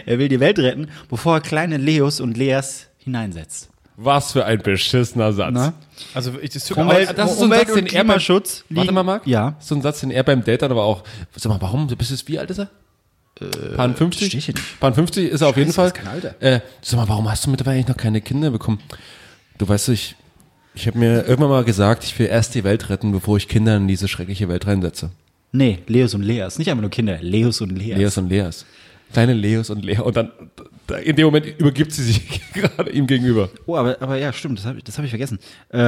Er will die Welt retten, bevor er kleine Leos und Leas hineinsetzt. Ne? Was für ein beschissener Satz. Na? also ich, das tut Aber Umwelt- das ist so ein Umwelt Satz, den um und er beim Klimaschutz Warte liegen- mal, Marc. Ja. So ein Satz, den er beim Date dann aber auch. Sag mal, warum? Du bist jetzt wie alt ist er? Pan 50? Äh, verstehe ich nicht. Pan 50 ist er auf jeden Fall. ist kein Alter. Äh, sag mal, warum hast du mittlerweile eigentlich noch keine Kinder bekommen? Du weißt, ich, ich habe mir irgendwann mal gesagt, ich will erst die Welt retten, bevor ich Kinder in diese schreckliche Welt reinsetze. Nee, Leos und Leas. Nicht einfach nur Kinder, Leos und Leas. Leos und Leas. Kleine Leos und Lea. Und dann, da- in dem Moment übergibt sie sich gerade ihm gegenüber. Oh, aber, aber ja, stimmt, das habe ich, das hab ich vergessen.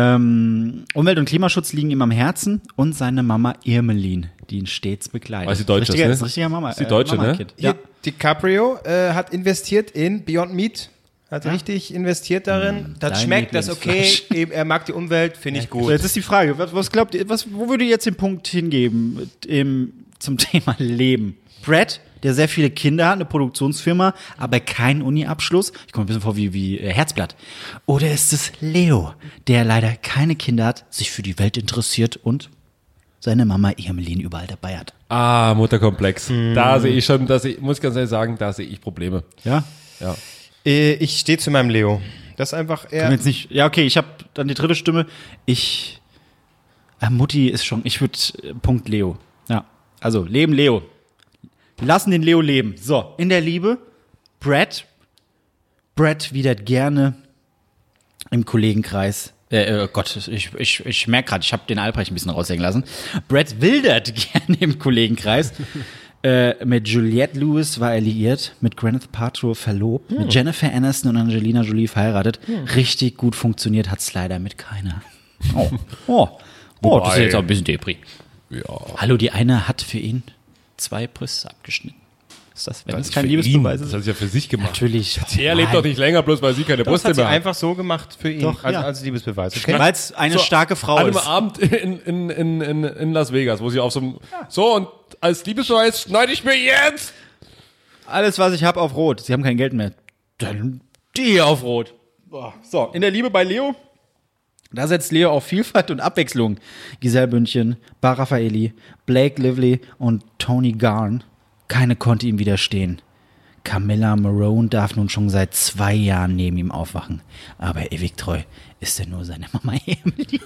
Ähm, Umwelt- und Klimaschutz liegen ihm am Herzen und seine Mama Irmelin, die ihn stets begleitet. Weil sie Deutsch ist, richtiger, ne? ein richtiger Mama. Ist die Deutsche, ne? Mama-Kind. Ja. Hier, DiCaprio äh, hat investiert in Beyond Meat. Hat richtig investiert darin. Das dein schmeckt, das ist okay. Lieblingsfleisch. Eben, er mag die Umwelt, finde ich So, gut. jetzt ist die Frage, was, was glaubt ihr, was, wo würdet ihr jetzt den Punkt hingeben im, zum Thema Leben? Brad, der sehr viele Kinder hat, eine Produktionsfirma, aber keinen Uni-Abschluss. Ich komme mir ein bisschen vor wie, wie äh, Herzblatt. Oder ist es Leo, der leider keine Kinder hat, sich für die Welt interessiert und seine Mama Irmelin überall dabei hat? Ah, Mutterkomplex. Hm. Da sehe ich schon, dass ich, muss ganz ehrlich sagen, da sehe ich Probleme. Ja? Ja. Äh, ich stehe zu meinem Leo. Das ist einfach Kann eher. jetzt nicht. Ja, okay, ich habe dann die dritte Stimme. Ich. Ah, Mutti ist schon. Ich würde. Punkt Leo. Ja. Also, leben Leo. Lassen den Leo leben. So, in der Liebe. Brad. Brad widert gerne im Kollegenkreis. Äh, äh, Gott, ich, ich, ich merke gerade, ich habe den Albrecht ein bisschen raushängen lassen. Brad wildert gerne im Kollegenkreis. Äh, mit Juliette Lewis war er liiert, mit Gwyneth Paltrow verlobt, mit Jennifer Aniston und Angelina Jolie verheiratet. Richtig gut funktioniert hat's leider mit keiner. Oh, oh, oh das ist jetzt auch ein bisschen Depri. Hallo, die eine hat für ihn zwei Brüste abgeschnitten. Ist das, wenn das kein Liebesbeweis Das ist? hat sie ja für sich gemacht. Natürlich. Er lebt doch nicht länger, bloß weil sie keine Das Brüste hat sie mehr hat. einfach so gemacht für ihn. Doch, als, ja. als Liebesbeweis. Okay? Weil es eine So, starke Frau An einem ist. Abend in, in, in, in, in Las Vegas, wo sie auf so einem, so und als Liebesbeweis schneide ich mir jetzt. Alles, was ich habe, auf Rot. Sie haben kein Geld mehr. Dann die hier auf Rot. Boah. So, in der Liebe bei Leo. Da setzt Leo auf Vielfalt und Abwechslung. Giselle Bündchen, Bar Raffaeli, Blake Lively und Tony Garn. Keine konnte ihm widerstehen. Camilla Marone darf nun schon seit zwei Jahren neben ihm aufwachen. Aber ewig treu ist er nur seine Mama Emily.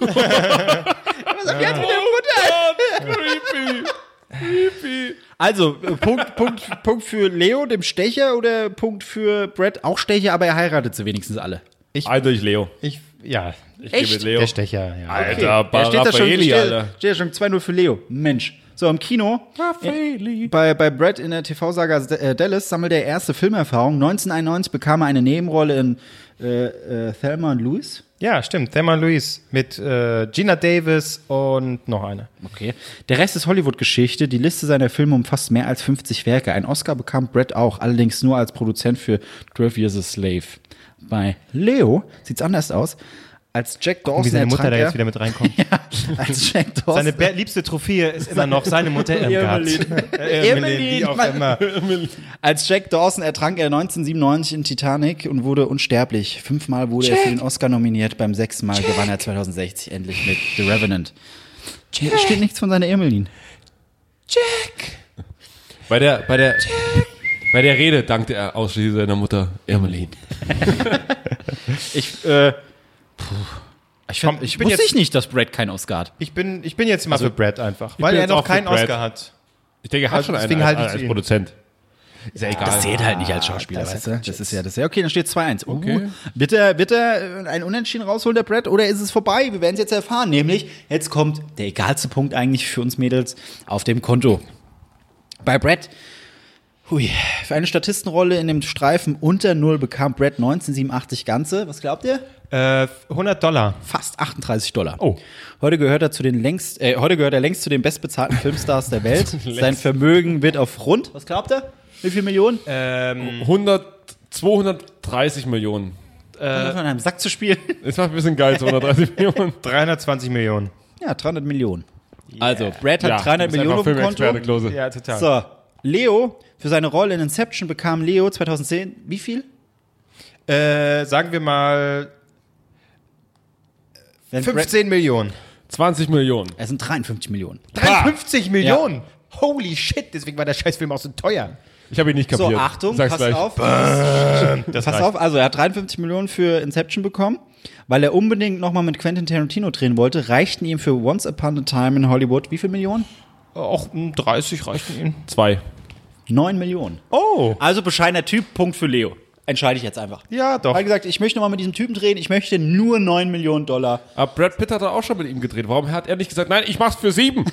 Creepy. Also, äh, Punkt, Punkt, Punkt für Leo, dem Stecher, oder Punkt für Brett, auch Stecher, aber er heiratet sie wenigstens alle. Eindeuch Leo. Ich, ja, ich Echt? gebe Leo. Der Stecher, ja. Alter, Da steht da schon, Raffaeli, steht, Alter. steht da schon 2-0 für Leo. Mensch. So, im Kino, äh, Raffaeli. bei, bei Brad in der TV-Saga äh, Dallas sammelte er erste Filmerfahrung. 1991 bekam er eine Nebenrolle in äh, äh, Thelma und Louis. Ja, stimmt. Thelma Louise mit äh, Gina Davis und noch eine. Okay. Der Rest ist Hollywood-Geschichte. Die Liste seiner Filme umfasst mehr als 50 Werke. Ein Oscar bekam Brad auch, allerdings nur als Produzent für 12 Years a Slave. Bei Leo sieht's anders aus. Als Jack Dawson Wie seine Mutter ertrank da er, jetzt wieder mit reinkommt. als Jack Dawson Seine be- liebste Trophäe ist immer noch seine Mutter Irmgard. Irmelin, wie auch Irmelin. immer. Als Jack Dawson ertrank er 1997 in Titanic und wurde unsterblich. Fünfmal wurde er für den Oscar nominiert, beim sechsten Mal gewann er 2060 endlich mit The Revenant. Hier steht nichts von seiner Irmelin. Bei der, bei der, bei der Rede dankte er ausschließlich seiner Mutter Irmelin. Ich, äh, puh. Ich, Komm, fand, ich ich bin wusste jetzt- Also ich nicht, dass Brad keinen Oscar hat. Ich bin, ich bin jetzt mal für Brad einfach, weil bin er jetzt auch noch für keinen Brad. Oscar hat. Ich denke, er hat Also schon einen deswegen als, halte ich als ihn. Produzent. Ist ja egal. Seht halt nicht als Schauspieler, weißt du? Das ist ja das. Ja, okay, dann steht 2-1. Uh, Okay. Wird er, wird er äh, ein Unentschieden rausholen, der Brett, oder ist es vorbei? Wir werden es jetzt erfahren. Nämlich, jetzt kommt der egalste Punkt eigentlich für uns Mädels auf dem Konto. Bei Brett. Hui, für eine Statistenrolle in dem Streifen unter Null bekam Brett 1987 Ganze, was glaubt ihr? Äh, 100 Dollar. Fast 38 Dollar. Oh. Heute gehört er zu den längst, äh, heute gehört er längst zu den bestbezahlten Filmstars der Welt. Sein Vermögen wird auf rund, was glaubt ihr? Wie viel Millionen? Ähm, 100, 230 Millionen. Äh, Oh. von einem Sack zu spielen. Das macht ein bisschen geil, 230 Millionen. 320 Millionen. Ja, 300 Millionen. Also, Brad hat Ja, 300 du bist Millionen auf dem einfach Konto. Filmexperte, Klose. Ja, total. So, Leo, für seine Rolle in Inception bekam Leo 2010, wie viel? Äh, sagen wir mal Wenn Brad, 15 Millionen. 20 Millionen. es sind 53 Millionen. 53 Millionen? Holy shit, deswegen war der Scheißfilm auch so teuer. Ich habe ihn nicht So, kapiert. Achtung, Sag's pass gleich. auf. Das Pass reicht. auf, also er hat 53 Millionen für Inception bekommen, weil er unbedingt nochmal mit Quentin Tarantino drehen wollte, reichten ihm für Once Upon a Time in Hollywood wie viel Millionen? Auch mm, 30 reichen ihnen. Zwei. 9 Millionen. Oh. Also bescheidener Typ, Punkt für Leo. Entscheide ich jetzt einfach. Ja, doch. Hat gesagt, ich möchte nochmal mit diesem Typen drehen, ich möchte nur 9 Millionen Dollar. Aber Brad Pitt hat da auch schon mit ihm gedreht. Warum hat er nicht gesagt, nein, ich mach's für sieben?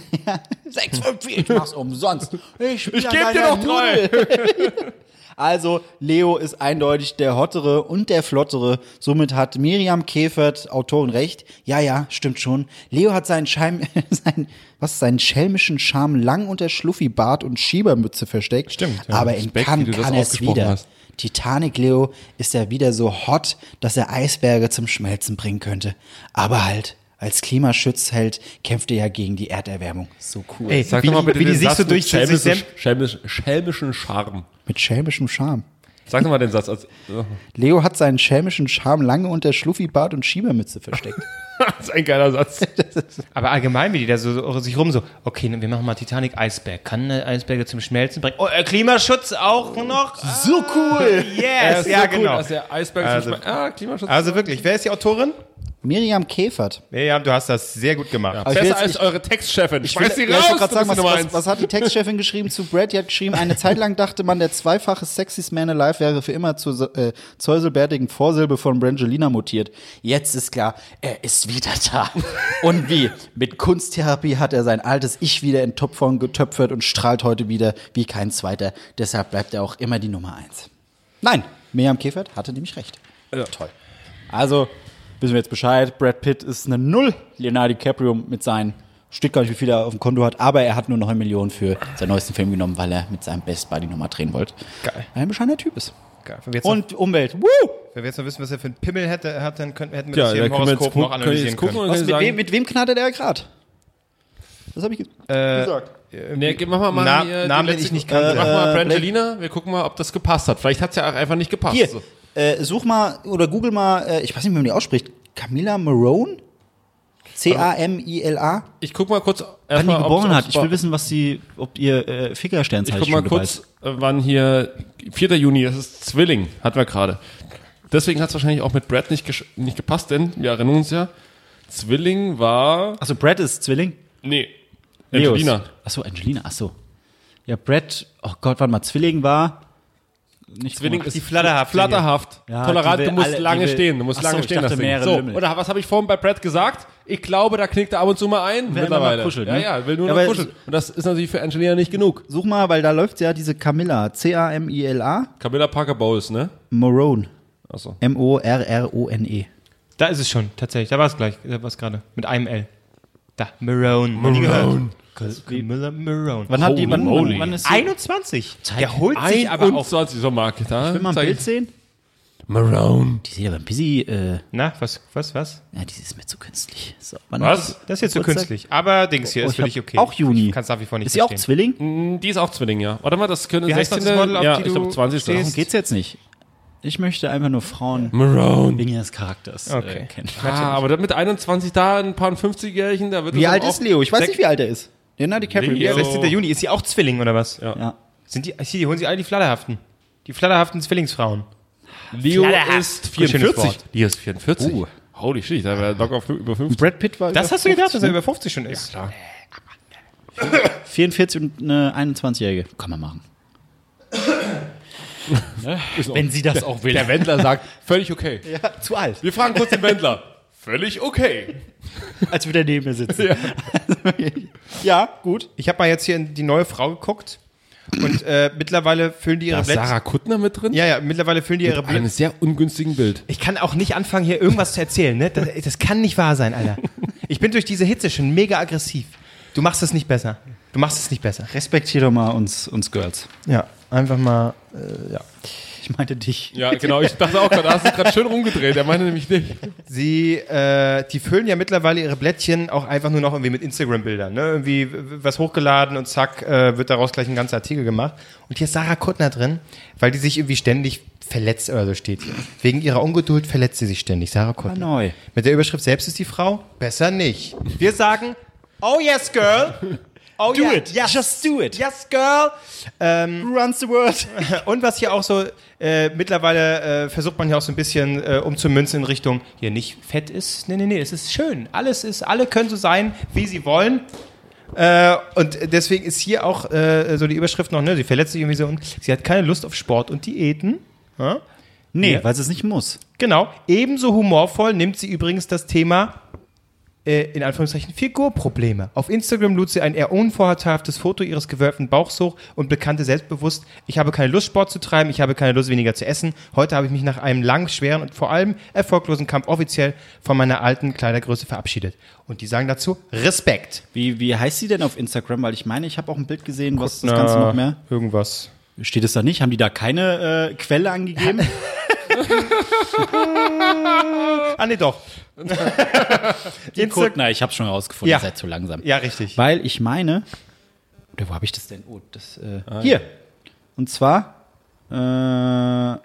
6, 5, 4, ich mach's umsonst. Ich, Ich geb dir noch drei. Also, Leo ist eindeutig der Hottere und der Flottere. Somit hat Miriam Käfert, Autorin, recht. Ja, ja, stimmt schon. Leo hat seinen, Scheim, seinen, was, seinen schelmischen Charme lang unter Schluffibart und Schiebermütze versteckt. Stimmt, ja. Aber in Respekt, wie Cannes du das kann er es ausgesprochen wieder. hast. Titanic Leo ist ja wieder so hot, dass er Eisberge zum Schmelzen bringen könnte. Aber halt, als Klimaschutzheld kämpft er ja gegen die Erderwärmung. So cool. Ey, Sag wie, doch mal bitte wie die den sich Satz so mit durch sich schelmisch, selbst. schelmisch, schelmischen Charme. Mit schelmischem Charme. Sag doch mal den Satz. Also, Leo hat seinen schelmischen Charme lange unter Schluffibart und Schiebermütze versteckt. das ist ein geiler Satz. Aber allgemein, wie die da so, so sich rum so, okay, wir machen mal Titanic Eisberg. Kann äh, Eisberge zum Schmelzen bringen? Oh, äh, Klimaschutz auch noch? so cool! Yes, ja, genau. Dass der Eisberg zum Also- Schme- ah, Klimaschutz. Also wirklich, wer ist die Autorin? Miriam Käfert. Ja, du hast das sehr gut gemacht. ich will Besser jetzt- als ich- eure Textchefin. Ich Ja, ich wollte gerade sagen, was, was, was hat die Textchefin geschrieben zu Brad? Die hat geschrieben, eine Zeit lang dachte man, der zweifache Sexiest Man Alive wäre für immer zur äh, zäuselbärtigen Vorsilbe von Brangelina mutiert. Jetzt ist klar, er ist wieder da. Und wie? Mit Kunsttherapie hat er sein altes Ich wieder in Topform getöpfert und strahlt heute wieder wie kein zweiter. Deshalb bleibt er auch immer die Nummer eins. Nein, Miriam Käfert hatte nämlich recht. Toll. Also, wissen wir jetzt Bescheid. Brad Pitt ist eine Null. Leonardo DiCaprio mit seinen, steht gar nicht, wie viel er auf dem Konto hat, aber er hat nur 9 Millionen für seinen neuesten Film genommen, weil er mit seinem Best Buddy nochmal drehen wollte. Geil. Weil er ein bescheidener Typ ist. Geil. Wenn wir, jetzt noch, Und Umwelt. Woo! wenn wir jetzt noch wissen, was er für einen Pimmel hätte, hat, dann könnten, hätten wir Ja, das hier da im können wir jetzt Horoskop gucken- noch können wir analysieren jetzt gucken können. und- Was, mit, sagen- wem, mit wem knattert er gerade? Das habe ich ge Äh, gesagt. Nee, mach mal, mal Na- hier die Namen, den letzte- Also, ich nicht kannte. Mach mal Brangelina, wir gucken mal, ob das gepasst hat. Vielleicht hat es ja auch einfach nicht gepasst. Hier, So. äh, such mal oder google mal, äh, ich weiß nicht, wie man die ausspricht. Camila Marone? C-A-M-I-L-A? Ich guck mal kurz Wann die erstmal, ob's- geboren ob's- hat. Ich will wissen, was sie, ob ihr äh, Ich Fingersternzeichen guck mal schon dabei ist. kurz, äh, wann hier 4. Juni, das ist Zwilling, hatten wir gerade. Deswegen hat es wahrscheinlich auch mit Brad nicht, gesch- nicht gepasst, denn wir erinnern uns ja, Zwilling war. Achso, Brad ist Zwilling? Nee, äh, Leos. Angelina. Achso, Angelina, achso. Ja, Brad, oh Gott, wann mal Zwilling war. Nicht Zwilling ist die Flatterhafte hier. flatterhaft. Ja, Tolerant, die will du musst alle- die lange will- stehen. Du musst Ach lange so, ich stehen. dachte, das Ding. mehrere So, Lümmel. oder was habe ich vorhin bei Brad gesagt? Ich glaube, da knickt er ab und zu mal ein. Wenn er mal mittlerweile. kuschelt, ja, ne? ja, will nur Ja, noch aber- kuscheln. Und das ist natürlich für Angelina nicht genug. Such mal, weil da läuft ja diese Camilla, C-A-M-I-L-A, Camilla Parker Bowles, ne? Morone, Achso. E. M-O-R-R-O-N-E. Da ist es schon, tatsächlich. Da war es gleich, da war es gerade. Mit einem L. Da, Marone. Marone. Camilla Marone. Wann hat die, Holy wann, moly. wann, wann ist die, 21. Der holt sich aber auch. 21 so Marke, da. will mal ein Bild sehen? Maroon. Die sieht aber ein bisschen, äh, Na, was, was, was? ja, die ist mir zu künstlich. So, wann Was? hat Das ist jetzt so Geburtstag? künstlich. Aber Dings hier Oh, ist ich für hab dich okay. auch Juni. Kannst nach wie vor die- nicht Ist sie auch verstehen. Zwilling? Die ist auch Zwilling, ja. Warte mal, das könnte Wie heißt 16. das Model, auf ja, die ich glaube du 20. stehst? Geht's jetzt nicht. Ich möchte einfach nur Frauen Maroon. wegen ihres Charakters Okay. äh, kennen. Ah, aber mit 21 da, ein paar 50-Jährigen, da wird Wie es alt auch- ist Leo? Ich weiß nicht, wie alt er ist. Leonardo DiCaprio. Leo. Wie alt ist- 16. Juni, ist sie auch Zwilling oder was? Ja. Ja. Sind die, hier, die holen sie alle die Flatterhaften. Die Flatterhaften Zwillingsfrauen. Leo Flatterhaft. ist Schönes 44. Wort. Leo ist 44. Holy shit, da wäre locker auf über 50. Brad Pitt war Das über hast du gedacht, 50, dass er über 50 schon ist. 44 und eine 21-Jährige. Kann man machen. Wenn sie das auch will. Der Wendler sagt, völlig okay. ne? Zu alt. Wir fragen kurz den Wendler. Völlig okay. Als wir daneben mir sitzen. ja. gut. Ich habe mal jetzt hier in die neue Frau geguckt. Und äh, mittlerweile füllen die ihre Plätze. Kuttner mit drin? Ja. Ja, ja, mittlerweile füllen die ihre Plätze. Einem sehr ungünstigen Bild. Ich kann auch nicht anfangen, hier irgendwas zu erzählen. Ne? Das, das kann nicht wahr sein, Alter. Ich bin durch diese Hitze schon mega aggressiv. Du machst es nicht besser. Du machst es nicht besser. Respektier doch mal uns, uns Girls. Ja, einfach mal. Ich meinte dich. Ja, genau. Ich dachte auch gerade, da hast du gerade schön rumgedreht. Er meinte nämlich nicht. Sie, äh, die füllen ja mittlerweile ihre Blättchen auch einfach nur noch irgendwie mit Instagram-Bildern. Ne? Irgendwie w- was hochgeladen und zack, äh, wird daraus gleich ein ganzer Artikel gemacht. Und hier ist Sarah Kuttner drin, weil die sich irgendwie ständig verletzt oder so steht hier. Wegen ihrer Ungeduld verletzt sie sich ständig, Sarah Kuttner. Ah, Neu. Mit der Überschrift selbst ist die Frau besser nicht. Wir sagen, oh yes, girl. Oh Do yeah, it. Yes. Just do it. Yes, girl. Runs the world. Und was hier auch so, äh, mittlerweile äh, versucht man hier auch so ein bisschen äh, umzumünzen in Richtung, hier nicht fett ist, nee, nee, nee, es ist schön. Alles ist, alle können so sein, wie sie wollen. Äh, und deswegen ist hier auch äh, so die Überschrift noch, ne? Sie verletzt sich irgendwie so und sie hat keine Lust auf Sport und Diäten. Ja? Nee, weil sie es nicht muss. Genau. Ebenso humorvoll nimmt sie übrigens das Thema äh, in Anführungszeichen Figurprobleme. Auf Instagram lud sie ein eher unvorteilhaftes Foto ihres gewölbten Bauchs hoch und bekannte selbstbewusst, ich habe keine Lust, Sport zu treiben, ich habe keine Lust, weniger zu essen. Heute habe ich mich nach einem langen, schweren und vor allem erfolglosen Kampf offiziell von meiner alten Kleidergröße verabschiedet. Und die sagen dazu Respekt. Wie, wie heißt sie denn auf Instagram? Weil ich meine, ich habe auch ein Bild gesehen, was das Ganze noch mehr. Äh, Irgendwas. Steht es da nicht? Haben die da keine äh, Quelle angegeben? Ah, nee, doch. Die Insta- Kurt, na, ich habe schon rausgefunden, Ja. ihr seid zu langsam. Ja, richtig. Weil ich meine, oder wo habe ich das denn? Oh, das äh, Ah, hier. Und zwar äh,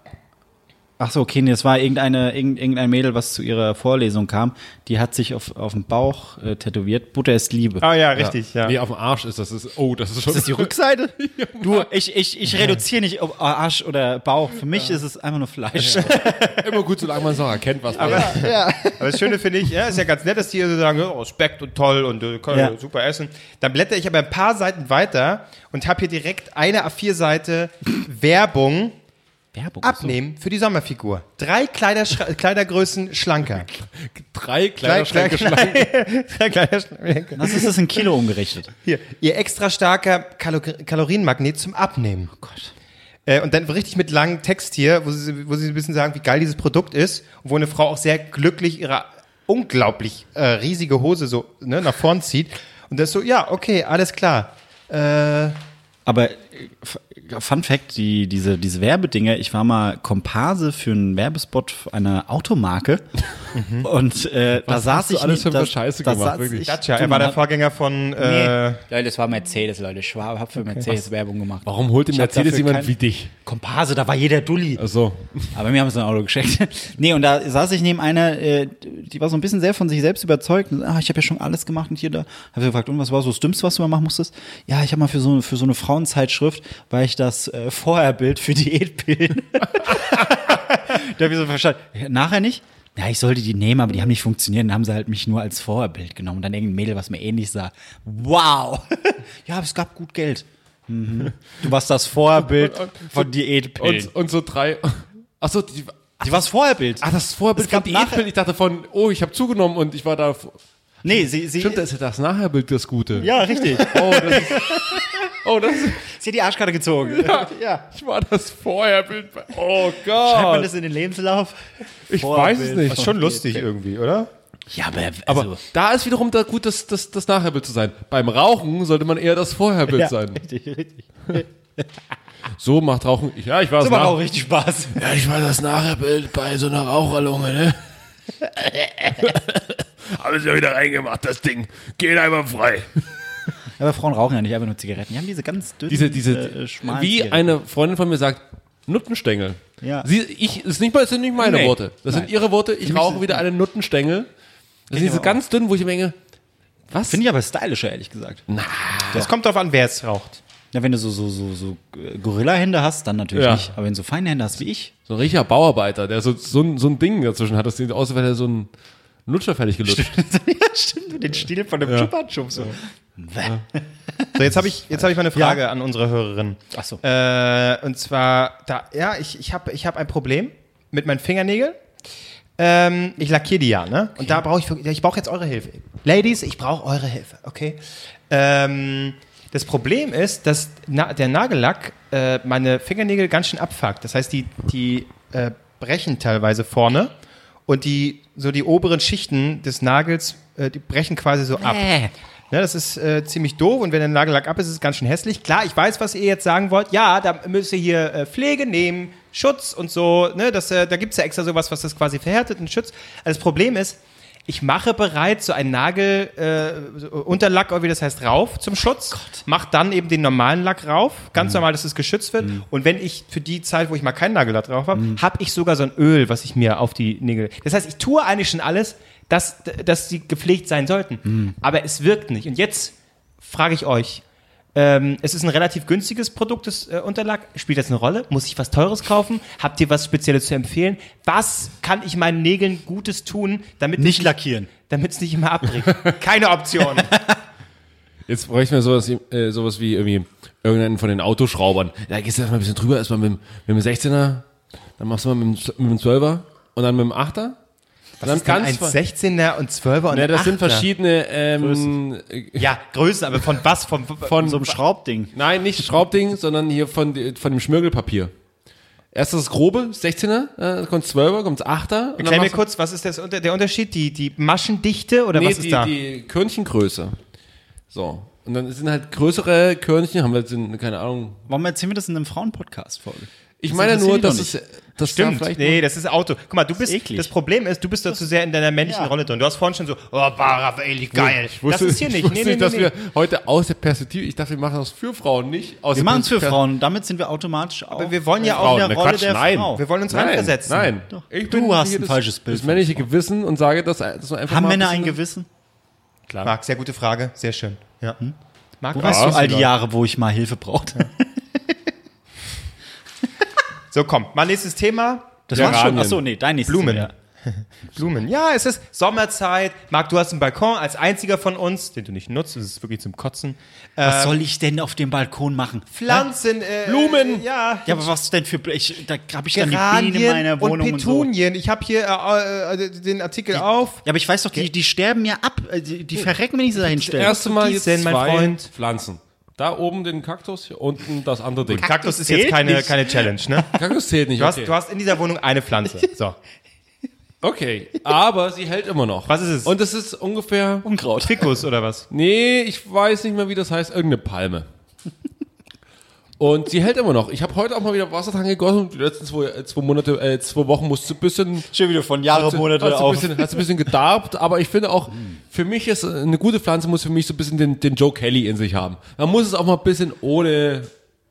ach so, okay, nee, das war irgendeine irgend- irgendein Mädel, was zu ihrer Vorlesung kam, die hat sich auf auf den Bauch äh, tätowiert. Butter ist Liebe. Ah ja, richtig, ja. Nee, auf dem Arsch ist das. das ist, oh, das ist schon. Ist das die Rückseite? Du, ich, ich, ich reduziere nicht auf Arsch oder Bauch. Für mich ist es einfach nur Fleisch. immer gut, solange man es noch erkennt, was Aber, aber das Schöne finde ich, ja, ist ja ganz nett, dass die hier so sagen, oh, Respekt und toll und äh, können Ja. super essen. Dann blätter ich aber ein paar Seiten weiter und habe hier direkt eine A4-Seite Werbung Werbung. abnehmen für die Sommerfigur. Drei Kleiderschra- Kleidergrößen schlanker. Drei kleine Klein- Schränke klein- Drei Kleiderschlanker. Das Also ist das in Kilo umgerechnet. Hier, ihr extra starker Kalo Kalorienmagnet zum Abnehmen. Oh Gott. Äh, und dann richtig mit langem Text hier, wo sie, wo sie ein bisschen sagen, wie geil dieses Produkt ist und wo eine Frau auch sehr glücklich ihre unglaublich äh, riesige Hose so ne, nach vorn zieht. Und das so, ja, okay, alles klar. Äh, Aber äh, F- Fun Fact, die, diese, diese Werbedinger, ich war mal Komparse für einen Werbespot einer Automarke Mhm. und äh, da saß hast du ich alles nicht, für da, eine Scheiße da gemacht, saß wirklich? ich- Dacia, er war der Vorgänger von äh, Leute, das war Mercedes, Leute. Schwab hat für Mercedes Werbung gemacht. Warum holt Ich im hab Mercedes dafür jemand kein- wie dich? Komparse, da war jeder Dulli. Also, Aber mir haben sie ein Auto geschenkt. Nee, und da saß ich neben einer, äh, die war so ein bisschen sehr von sich selbst überzeugt. Und, ah, ich habe ja schon alles gemacht und hier da. Habe ich gefragt, und was war so das Dümmste, was du mal machen musstest? Ja, ich habe mal für so, für so eine Frauenzeitschrift, war ich das äh, Vorherbild für Diätpillen. da habe ich so verstanden, ja, nachher nicht? Ja, ich sollte die nehmen, aber die haben nicht funktioniert. Dann haben sie halt mich nur als Vorherbild genommen. Und dann irgendein Mädel, was mir ähnlich sah. Wow! ja, aber es gab gut Geld. Mhm. Du warst das Vorherbild von Diätpillen. und, und so drei. Achso, die. Die war das Vorherbild. Ah, das Vorbild Es gab von nachher- Diätbild. Ich dachte von, oh, ich habe zugenommen und ich war da. Nee, sie, sie, Stimmt, da ist ja das Nachherbild das Gute. Ja, richtig. Oh, das ist, oh, das ist, Sie hat die Arschkarte gezogen. Ja. ich war das Vorherbild. bei- Oh Schreibt man Gott. das in den Lebenslauf? Ich weiß es nicht. ist schon lustig irgendwie, oder? Ja, aber, Aber also, da ist wiederum da gut, das, das, das Nachherbild zu sein. Beim Rauchen sollte man eher das Vorherbild ja, sein. richtig, richtig. So macht Rauchen. Ja, ich war das Das macht Nach- auch richtig Spaß. Ja, ich war das Nachherbild bei so einer Raucherlunge, ne? Haben sie ja wieder reingemacht, das Ding. Geht einmal frei. Aber Frauen rauchen ja nicht einfach nur Zigaretten. Die haben diese ganz dünnen, Diese, diese, äh, schmalen wie Zigaretten. eine Freundin von mir sagt, Nuttenstängel. Ja. Sie, ich, das, ist nicht, mal- das sind nicht meine Nee. Worte. Das sind ihre Worte. Ich rauche wieder eine Nuttenstängel. Das sind diese auch. ganz dünn, wo ich mir denke, was? Finde ich aber stylischer, ehrlich gesagt. Das kommt darauf an, wer es raucht. Ja, wenn du so, so, so, so äh, Gorilla-Hände hast, dann natürlich Ja. nicht. Aber wenn du so feine Hände hast wie ich, So ein richtiger Bauarbeiter, der so, so, ein, so ein Ding dazwischen hat, das sieht aus, als wäre der so ein Lutscher fertig gelutscht. ja, stimmt, mit den Stiel von dem Chupa-Chup so. Ja. So, jetzt habe ich, jetzt hab ich mal eine Frage an unsere Hörerin. Ach so. Äh, und zwar, da, ja, ich, ich habe ich hab ein Problem mit meinen Fingernägeln. Ähm, ich lackiere die ja, ne? Und da brauche ich, wirklich- ich brauche jetzt eure Hilfe. Ladies, ich brauche eure Hilfe, okay? Ähm, das Problem ist, dass na, der Nagellack äh, meine Fingernägel ganz schön abfuckt. Das heißt, die, die äh, brechen teilweise vorne und die, so die oberen Schichten des Nagels, äh, die brechen quasi so ab. Ne, das ist äh, ziemlich doof und wenn der Nagellack ab ist, ist es ganz schön hässlich. Klar, ich weiß, was ihr jetzt sagen wollt. Ja, da müsst ihr hier äh, Pflege nehmen, Schutz und so. Ne, das, äh, da gibt es ja extra sowas, was das quasi verhärtet und schützt. Also das Problem ist, ich mache bereits so einen Nagel, äh, so Unterlack, oder wie das heißt, rauf zum Schutz. Mach dann eben den normalen Lack rauf. Ganz normal, dass es geschützt wird. Und wenn ich für die Zeit, wo ich mal keinen Nagellack drauf habe, habe ich sogar so ein Öl, was ich mir auf die Nägel. Das heißt, ich tue eigentlich schon alles, dass, dass sie gepflegt sein sollten. Aber es wirkt nicht. Und jetzt frage ich euch. Ähm, es ist ein relativ günstiges Produkt, das äh, Unterlack. Spielt das eine Rolle? Muss ich was Teures kaufen? Habt ihr was Spezielles zu empfehlen? Was kann ich meinen Nägeln Gutes tun, damit Nicht lackieren. damit es nicht immer abbricht. Keine Option. Jetzt bräuchten wir sowas, äh, sowas wie irgendwie irgendeinen von den Autoschraubern. Da gehst du erstmal ein bisschen drüber, erstmal mit, dem- mit dem 16er, dann machst du mal mit dem, mit dem 12er und dann mit dem 8er. Was dann Das kann ein ganz ver- 16er und 12er und Ja, ein das sind 8er. verschiedene ähm, äh, Ja, Größen, aber von was? Von, von So ein Schraubding. Nein, nicht Schraubding, sondern hier von, von dem Schmirgelpapier. Erst das grobe, 16er, dann kommt 12er, kommt 8er. und dann Erklär mir machst du- kurz, was ist das, unter- der Unterschied? Die, die Maschendichte oder nee, was ist die, da? die Körnchengröße. So. Und dann sind halt größere Körnchen, haben wir jetzt, in- keine Ahnung. Warum erzählen wir das in einem Frauenpodcast-Folge? Ich Das meine ja nur, interessiert dass die doch es, das Stimmt, Da vielleicht nee, das ist Auto. Guck mal, du bist, eklig. das Problem ist, du bist da zu sehr in deiner männlichen Ja. Rolle drin. Du hast vorhin schon so, oh, Baraf, ey, geil. Ich wusste, das ist hier Ich nicht. wusste Nee, nee, nicht, dass nee, wir nee. heute aus der Perspektive, ich dachte, wir machen das für Frauen, nicht aus der Wir machen es für Perspektive- Frauen. Damit sind wir automatisch auch. Aber wir wollen ja Frauen, auch in ne, der Rolle Quatsch, der nein. Frau. Wir wollen uns Nein, reinversetzen. Nein, Doch. Ich Du hast hier ein das- falsches Bild Das männliche Gewissen und sage, dass, dass man einfach Haben mal Männer ein bisschen- Gewissen? Marc, sehr gute Frage. Sehr schön. Ja. Hm? Marc, Wo warst du was? all die Jahre, wo ich mal Hilfe brauchte? So, komm, mal nächstes Thema. Das Ja, war's schon. Radien. Achso, nee, dein nächstes. Blumen. Thema, ja. Blumen. Ja, es ist Sommerzeit. Marc, du hast einen Balkon als einziger von uns, den du nicht nutzt. Das ist wirklich zum Kotzen. Was soll ich denn auf dem Balkon machen? Pflanzen, äh, Blumen. äh, Ja, Ja, aber was denn für. Ich, da habe ich dann die Geranien Bienen in meiner und Wohnung und, so. Petunien. Ich habe hier äh, äh, den Artikel auf. Ja, aber ich weiß doch, die, die sterben ja ab. Äh, Die, die verrecken, wenn ich sie da Das hinstelle. erste Mal Die jetzt sind zwei mein Freund. Pflanzen. Da oben den Kaktus, hier unten das andere Ding. Kaktus ist jetzt keine, keine Challenge, ne? Kaktus zählt nicht, Du hast, okay. du hast in dieser Wohnung eine Pflanze. So. okay, aber sie hält immer noch. Was ist es? Und es ist ungefähr, Unkraut. Trikots oder was? nee, ich weiß nicht mehr, wie das heißt, irgendeine Palme. Und sie hält immer noch. Ich habe heute auch mal wieder Wasser dran gegossen. Die letzten zwei, äh, zwei Monate, äh, zwei Wochen musste ein bisschen Schön wieder von Jahre, hast du ein bisschen, hast du ein bisschen gedarbt, aber ich finde auch, für mich ist äh, eine gute Pflanze muss für mich so ein bisschen den, den Joe Kelly in sich haben. Man muss es auch mal ein bisschen ohne,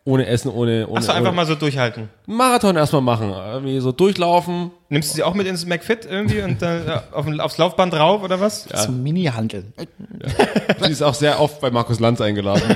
ohne Essen, ohne, ohne, Achso, einfach ohne mal so durchhalten. einen Marathon erstmal machen. Irgendwie so durchlaufen. Nimmst du sie auch mit ins McFit irgendwie und dann äh, auf, aufs Laufband drauf oder was? Zum Mini-Handel. Sie ist auch sehr oft bei Markus Lanz eingeladen.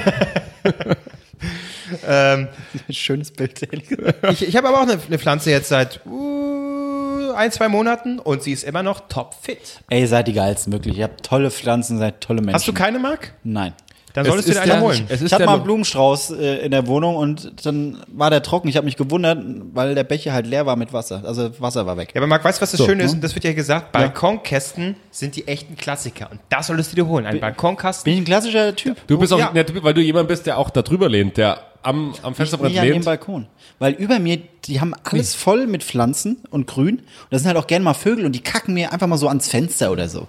Ähm, Schönes Bild, ehrlich gesagt. ich ich habe aber auch eine, eine Pflanze jetzt seit uh, ein, zwei Monaten und sie ist immer noch topfit. Ey, seid die geilsten, wirklich. Ihr habt tolle Pflanzen, seid tolle Menschen. Hast du keine, Marc? Nein. Dann solltest du dir eine holen. Es Ich ist hatte der mal einen Lo- Blumenstrauß äh, in der Wohnung und dann war der trocken. Ich habe mich gewundert, weil der Becher halt leer war mit Wasser. Also Wasser war weg. Ja, aber Marc, weißt du, was das Schöne ist? Und das wird hm? ja gesagt, Balkonkästen sind die echten Klassiker. Und das solltest du dir holen. Ein Balkonkasten. Bin ich ein klassischer Typ. du bist auch Oh, Ja. der Typ, weil du jemand bist, der auch da drüber lehnt, der am, am Fensterbrett Nie an dem lehnt. Balkon. Weil über mir, die haben alles voll mit Pflanzen und Grün. Und da sind halt auch gerne mal Vögel und die kacken mir einfach mal so ans Fenster oder so.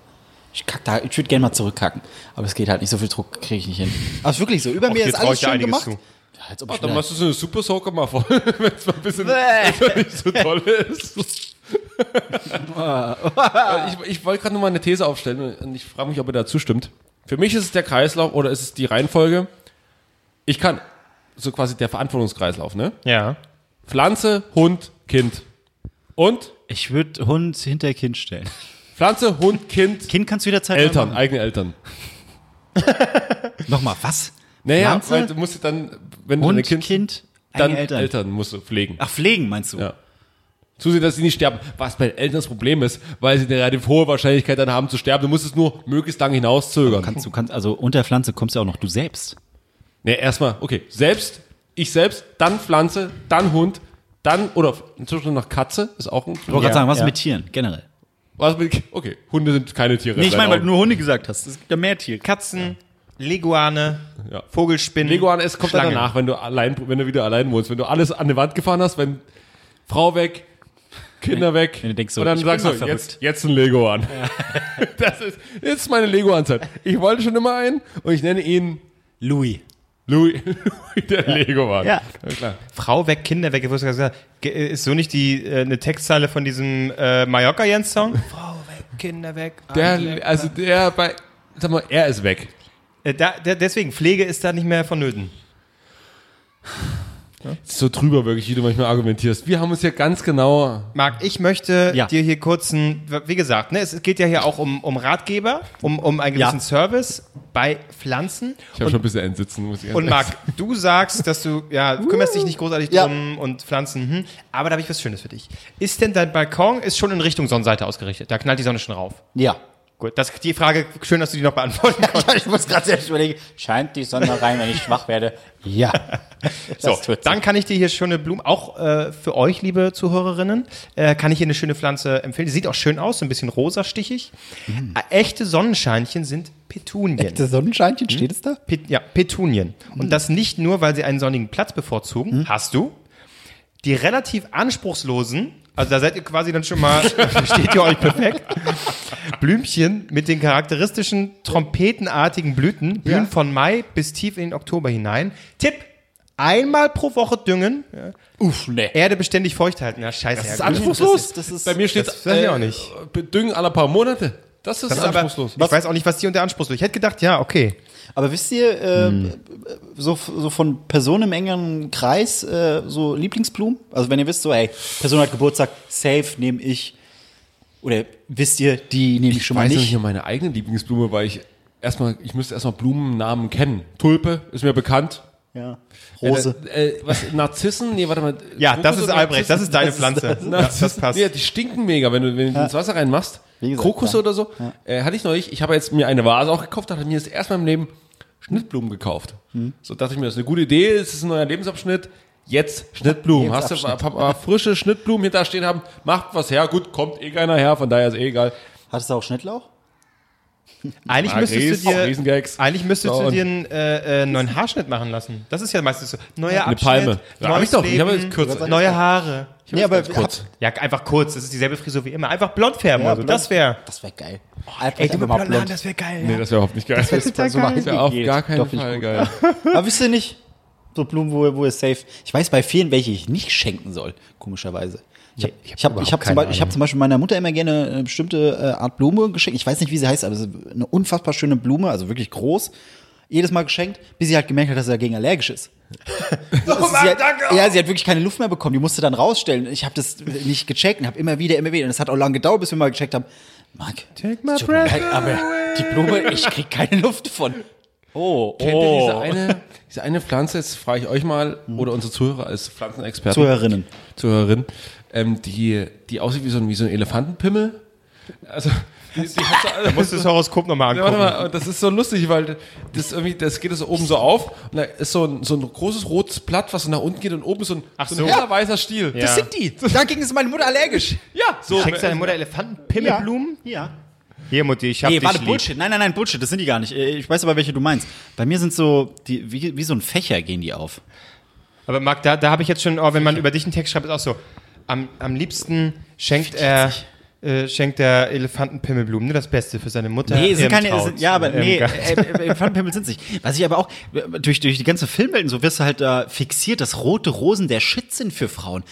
Ich kack da, ich würde gerne mal zurückkacken. Aber es geht halt nicht, so viel Druck kriege ich nicht hin. Aber es ist wirklich so, über mir dir ist trau ich alles ja schön einiges gemacht. zu. Ja, als ob ich Oh, Ah, Dann wieder- machst du so eine Super Soaker mal voll, wenn es mal ein bisschen wenn's mal nicht so toll ist. ich ich wollte gerade nur mal eine These aufstellen und ich frage mich, ob ihr da zustimmt. Für mich ist es der Kreislauf oder ist es die Reihenfolge? Ich kann, so quasi der Verantwortungskreislauf, ne? Ja. Pflanze, Hund, Kind. Und? Ich würde Hund hinter Kind stellen. Pflanze, Hund, Kind, Kind kannst du jederzeit Eltern, eigene Eltern. Nochmal, was? Naja, Pflanze, weil du musst ja dann, wenn du Hund, ein Kind, Kind, eigene dann Eltern. Eltern. musst du pflegen. Ach, pflegen meinst du? Ja. Zusehen, dass sie nicht sterben. Was bei den Eltern das Problem ist, weil sie eine relativ hohe Wahrscheinlikeit dann haben zu sterben. Du musst es nur möglichst lange hinauszögern. Kannst, du kannst, also unter Pflanze kommst ja auch noch du selbst. Ne, erstmal, okay, selbst, ich selbst, dann Pflanze, dann Hund, dann, oder inzwischen noch Katze, ist auch ein Ich wollte Ja. gerade sagen, was ja. mit Tieren generell? Was mit, okay, Hunde sind keine Tiere. in Nee, ich seinen meine, weil du Augen. nur Hunde gesagt hast. Es gibt ja mehr Tiere. Katzen, Leguane, Ja. Vogelspinnen. Leguan, es kommt dann Schlangen. danach, wenn du allein, wenn du wieder allein wohnst, wenn du alles an die Wand gefahren hast, wenn Frau weg, Kinder weg, wenn du denkst so, und dann ich sagst du, bin mal verrückt. jetzt, jetzt ein Leguan. Das ist, jetzt ist meine Leguan-Zeit. Ich wollte schon immer einen und ich nenne ihn Louis. Louis, Louis der Leguan. Ja. klar. Frau weg, Kinder weg. Ich wusste gar nicht, ge- Ist so nicht die, äh, eine Textzeile von diesem äh, Mallorca-Jens-Song? Frau weg, Kinder weg. Der, also der bei, sag mal, er ist weg. Äh, da, der, deswegen, Pflege ist da nicht mehr vonnöten. So drüber wirklich, wie du manchmal argumentierst. Wir haben uns ja ganz genau Marc, ich möchte Ja. dir hier kurz ein, wie gesagt, ne, es geht ja hier auch um, um Ratgeber, um, um einen gewissen Ja. Service bei Pflanzen. Ich habe schon ein bisschen entsitzen, muss ich ganz Und ehrlich Marc, du sagst, dass du, ja, du kümmerst Uh. dich nicht großartig drum und Pflanzen, hm, aber da habe ich was Schönes für dich. Ist denn dein Balkon, ist schon in Richtung Sonnenseite ausgerichtet, da knallt die Sonne schon rauf. Ja. Gut, das, die Frage, schön, dass du die noch beantworten konntest. Ich muss gerade selbst überlegen, scheint die Sonne rein, wenn ich schwach werde? Ja. So, Das tut's. dann kann ich dir hier schöne Blumen, auch äh, für euch, liebe Zuhörerinnen, äh, kann ich hier eine schöne Pflanze empfehlen. Die sieht auch schön aus, so ein bisschen rosastichig. Äh, echte Sonnenscheinchen sind Petunien. Der Sonnenscheinchen, Hm? steht es da? Pet ja, Petunien. Mhm. Und das nicht nur, weil sie einen sonnigen Platz bevorzugen, hast du, die relativ anspruchslosen, also da seid ihr quasi dann schon mal, steht ihr euch perfekt, Blümchen mit den charakteristischen trompetenartigen Blüten, blühen von Mai bis tief in den Oktober hinein. Tipp! Einmal pro Woche düngen, Uff, ne. Erde beständig feucht halten. Ja, scheiße. Das ist ja, gut. anspruchslos. das ist- Bei mir steht das weiß ich auch nicht. Düngen aller paar Monate. Das ist Das ist aber, anspruchslos. ich weiß auch nicht, was die unter anspruchslos. Ich hätte gedacht, ja, okay. Aber wisst ihr, äh, Hm. so, so von Personen im engeren Kreis, äh, so Lieblingsblumen? Also wenn ihr wisst, so, ey, Person hat Geburtstag, safe nehme ich. Oder wisst ihr, die nehme ich, schon mal weiß nicht nicht. hier meine eigene Lieblingsblume, weil ich erstmal, ich müsste erstmal Blumennamen kennen. Tulpe ist mir bekannt. Ja. Rose. Äh, äh, was? Narzissen? Nee, warte mal. Ja, das Kokos ist und Albrecht, das Narzissen? ist deine das ist- Pflanze. das Ja, das passt. Ja, die stinken mega, wenn du, wenn du ins Wasser reinmachst. Wie gesagt, Krokusse ja. oder so. Äh, hatte ich neulich. Ich habe jetzt mir eine Vase auch gekauft, hatte mir jetzt erstmal im Leben Schnittblumen gekauft. Hm. So dachte ich mir, das ist eine gute Idee, es ist ein neuer Lebensabschnitt. Jetzt Schnittblumen. Hast du hab, hab frische Schnittblumen hier da stehen haben, macht was her, gut, kommt eh keiner her, von daher ist eh egal. Hattest du auch Schnittlauch? Eigentlich Ah, müsstest Gries- du dir, Riesengags. eigentlich müsstest So, du und- dir einen äh, äh, neuen Haarschnitt machen lassen. Das ist ja meistens so. Neuer Eine Abschnitt, Palme. Ja, hab neues ich doch. Ich habe Leben, jetzt kürzer. neue Haare. Nee, aber Kurz. Ja, einfach kurz. Das ist dieselbe Frisur wie immer. Einfach blond färben. also. Das wäre. Das wäre geil. Albrecht immer mal blond. das wäre geil. Nee, das wäre überhaupt nicht geil. Das total geil. wäre auf Geht. gar keinen Doch, finde ich Fall gut. geil. Aber wisst ihr nicht, so Blumen, wo, ihr- wo ihr safe. Ich weiß bei vielen, welche ich nicht schenken soll, komischerweise. Ich habe ich hab, ich hab zum, Be- ich hab zum Beispiel meiner Mutter immer gerne eine bestimmte äh, Art Blume geschenkt. Ich weiß nicht, wie sie heißt, aber es ist eine unfassbar schöne Blume, also wirklich groß. Jedes Mal geschenkt, bis sie halt gemerkt hat, dass sie dagegen allergisch ist. Das ist- Mann, sie hat, danke. Ja, sie hat wirklich keine Luft mehr bekommen. Die musste dann rausstellen. Ich habe das nicht gecheckt und habe immer wieder, immer wieder. Und es hat auch lange gedauert, bis wir mal gecheckt haben. Marc, Take my tut mir breath leid, aber die Blume, ich krieg keine Luft von. Oh, Kennt oh. ihr diese eine, diese eine Pflanze, jetzt frage ich euch mal, Hm. oder unsere Zuhörer als Pflanzenexperten. Zuhörerinnen. Zuhörerin, ähm, die, die aussieht wie so ein, wie so ein Elefantenpimmel. Also, die, die hat so, Da musst du das Horoskop nochmal Ja, warte angucken. mal, das ist so lustig, weil das irgendwie, das geht so oben so auf und da ist so ein, so ein großes rotes Blatt, was so nach unten geht und oben ist so ein, Ach ein so. heller weißer Stiel. Ja. Das sind die. Dagegen ist meine Mutter allergisch. ja so. äh, Kriegst du deine Mutter Elefantenpimmelblumen? Ja. Hier, Mutti, ich hab Nee, dich warte, lieb. Bullshit. Nein, nein, nein, Bullshit. Das sind die gar nicht. Äh, Ich weiß aber, welche du meinst. Bei mir sind so, die, wie, wie so ein Fächer gehen die auf. Aber Marc, da, da habe ich jetzt schon, oh, wenn man über dich einen Text schreibt, ist auch so. Am, am liebsten schenkt er, äh, schenkt er Elefantenpimmelblumen, nur das Beste für seine Mutter. Nee, es sind keine, es Irmtraut. sind, ja, aber Ähm, nee, geil. äh, äh, äh, Pfannenpimmel sind sich. Was ich aber auch, äh, durch, durch die ganze Filmwelt und so wirst du halt da fixiert, dass rote Rosen der Shit sind für Frauen.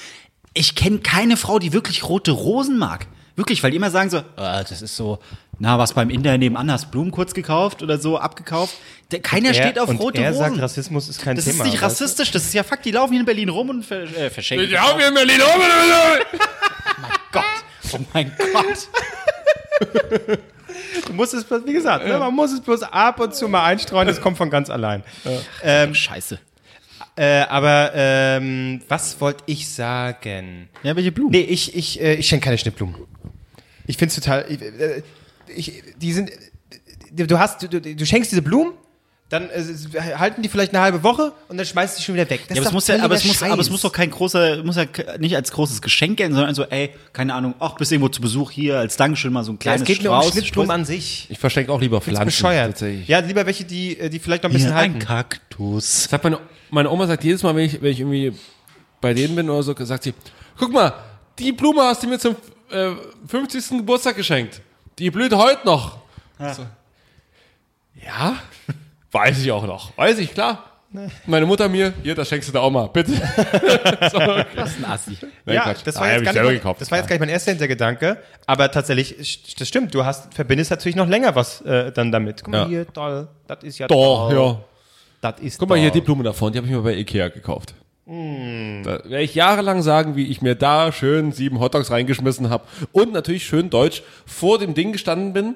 Ich kenne keine Frau, die wirklich rote Rosen mag. Wirklich, weil die immer sagen so, ah, das ist so, na, was beim Inder nebenan hast Blumen kurz gekauft oder so abgekauft. Der, keiner Er- steht auf und rote er Rosen. sagt, Rassismus ist kein das Thema. ist nicht weißt du? rassistisch, das ist ja Fakt, die laufen hier in Berlin rum und ver äh, verschenken. Ja, wir in Berlin oben. Gott. Oh mein Gott. Du musst es bloß, wie gesagt, ne, man muss es bloß ab und zu mal einstreuen, das kommt von ganz allein. Ähm, Scheiße. Äh, aber ähm, was wollte ich sagen? Ja, welche Blumen? Nee, ich, ich, äh, ich schenke keine Schnittblumen. Ich finde es total. Ich, äh, ich, die sind. Du, hast, du, du, du schenkst diese Blumen, dann äh, halten die vielleicht eine halbe Woche und dann schmeißt du die schon wieder weg. Das Ja, ist aber, es doch muss ja, aber, es völliger muss, aber es Scheiß. muss doch kein großer, muss ja k- nicht als großes Geschenk gelten, sondern so, ey, keine Ahnung, ach, bist irgendwo zu Besuch hier, als Dankeschön mal so ein Ja, kleines es geht nur um Strauß. Schnittblumen an sich. Ich verstecke auch lieber Pflanzen. Bescheuert. tatsächlich. Ja, lieber welche, die, äh, die vielleicht noch ein bisschen Hier, ein halten. Kaktus. Sagt meine, meine Oma sagt jedes Mal, wenn ich, wenn ich irgendwie bei denen bin oder so, sagt sie, guck mal, die Blume hast du mir zum äh, 50. Geburtstag geschenkt. Die blüht heute noch. So. Ja, weiß ich auch noch. Weiß ich, klar. Meine Mutter mir, hier, das schenkst du der Oma, bitte. Das ist ein Assi. Nein, ja, Quatsch. das Ah, war, hab ich jetzt gar selber nicht, gekauft. Ah. das war jetzt gar nicht mein erster Hintergedanke, aber tatsächlich, st- das stimmt, du hast, verbindest natürlich noch länger was äh, dann damit. Guck mal Ja. hier, toll, das ist ja Doch, toll. ja. Das ist Guck mal hier, die toll. Blume da vorne, die habe ich mir bei Ikea gekauft. Da werde ich jahrelang sagen, wie ich mir da schön sieben Hotdogs reingeschmissen habe und natürlich schön deutsch vor dem Ding gestanden bin,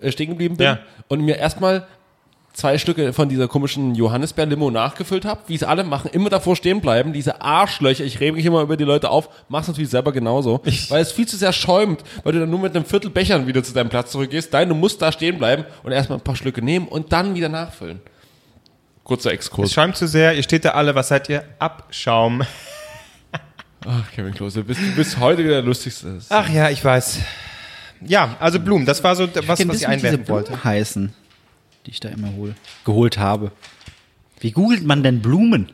äh, stehen geblieben bin Ja. und mir erstmal zwei Stücke von dieser komischen Johannisbeer-Limo nachgefüllt habe, wie es alle machen, immer davor stehen bleiben, diese Arschlöcher, ich reg mich immer über die Leute auf, mach's natürlich selber genauso, weil es viel zu sehr schäumt, weil du dann nur mit einem Viertel Bechern wieder zu deinem Platz zurückgehst. Nein, du musst da stehen bleiben und erstmal ein paar Schlücke nehmen und dann wieder nachfüllen. Kurzer Es Exkurs. schäumt zu sehr, ihr steht da alle, was seid ihr? Abschaum. Ach, Kevin Klose, du bist, du bist heute wieder der Lustigste. Ach ja, ich weiß. Ja, also Blumen, das war so was, was ich einwerfen wollte. heißen, die ich da immer hole. Geholt habe. Wie googelt man denn Blumen?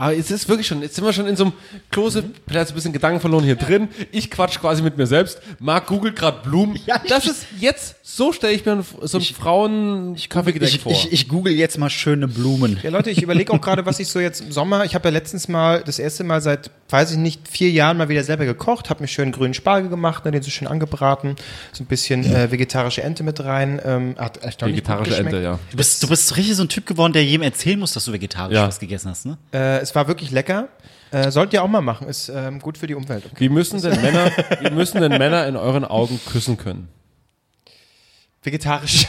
Aber jetzt ist wirklich schon, jetzt sind wir schon in so einem Klose, Mhm. vielleicht ein bisschen Gedanken verloren hier drin. Ich quatsch quasi mit mir selbst. Marc googelt gerade Blumen. Ja, ich- das ist jetzt, so stelle ich mir so ein frauen kaffee Ich, vor. ich, ich google jetzt mal schöne Genau. Blumen. Ja, Leute, ich überlege auch gerade, was ich so jetzt im Sommer, ich habe ja letztens mal, das erste Mal seit, weiß ich nicht, vier Jahren mal wieder selber gekocht, habe mir schön grünen Spargel gemacht, ne, den so schön angebraten, so ein bisschen äh, vegetarische Ente mit rein. Ähm, hat erstaunlich Vegetarische gut geschmeckt. Ente, ja. Du bist, du bist richtig so ein Typ geworden, der jedem erzählen muss, dass du vegetarisch Ja. was gegessen hast, ne? Äh, es war wirklich lecker. Äh, sollt ihr auch mal machen, ist ähm, gut für die Umwelt. Wie müssen denn Männer, wie müssen denn Männer in euren Augen küssen können? Vegetarisch.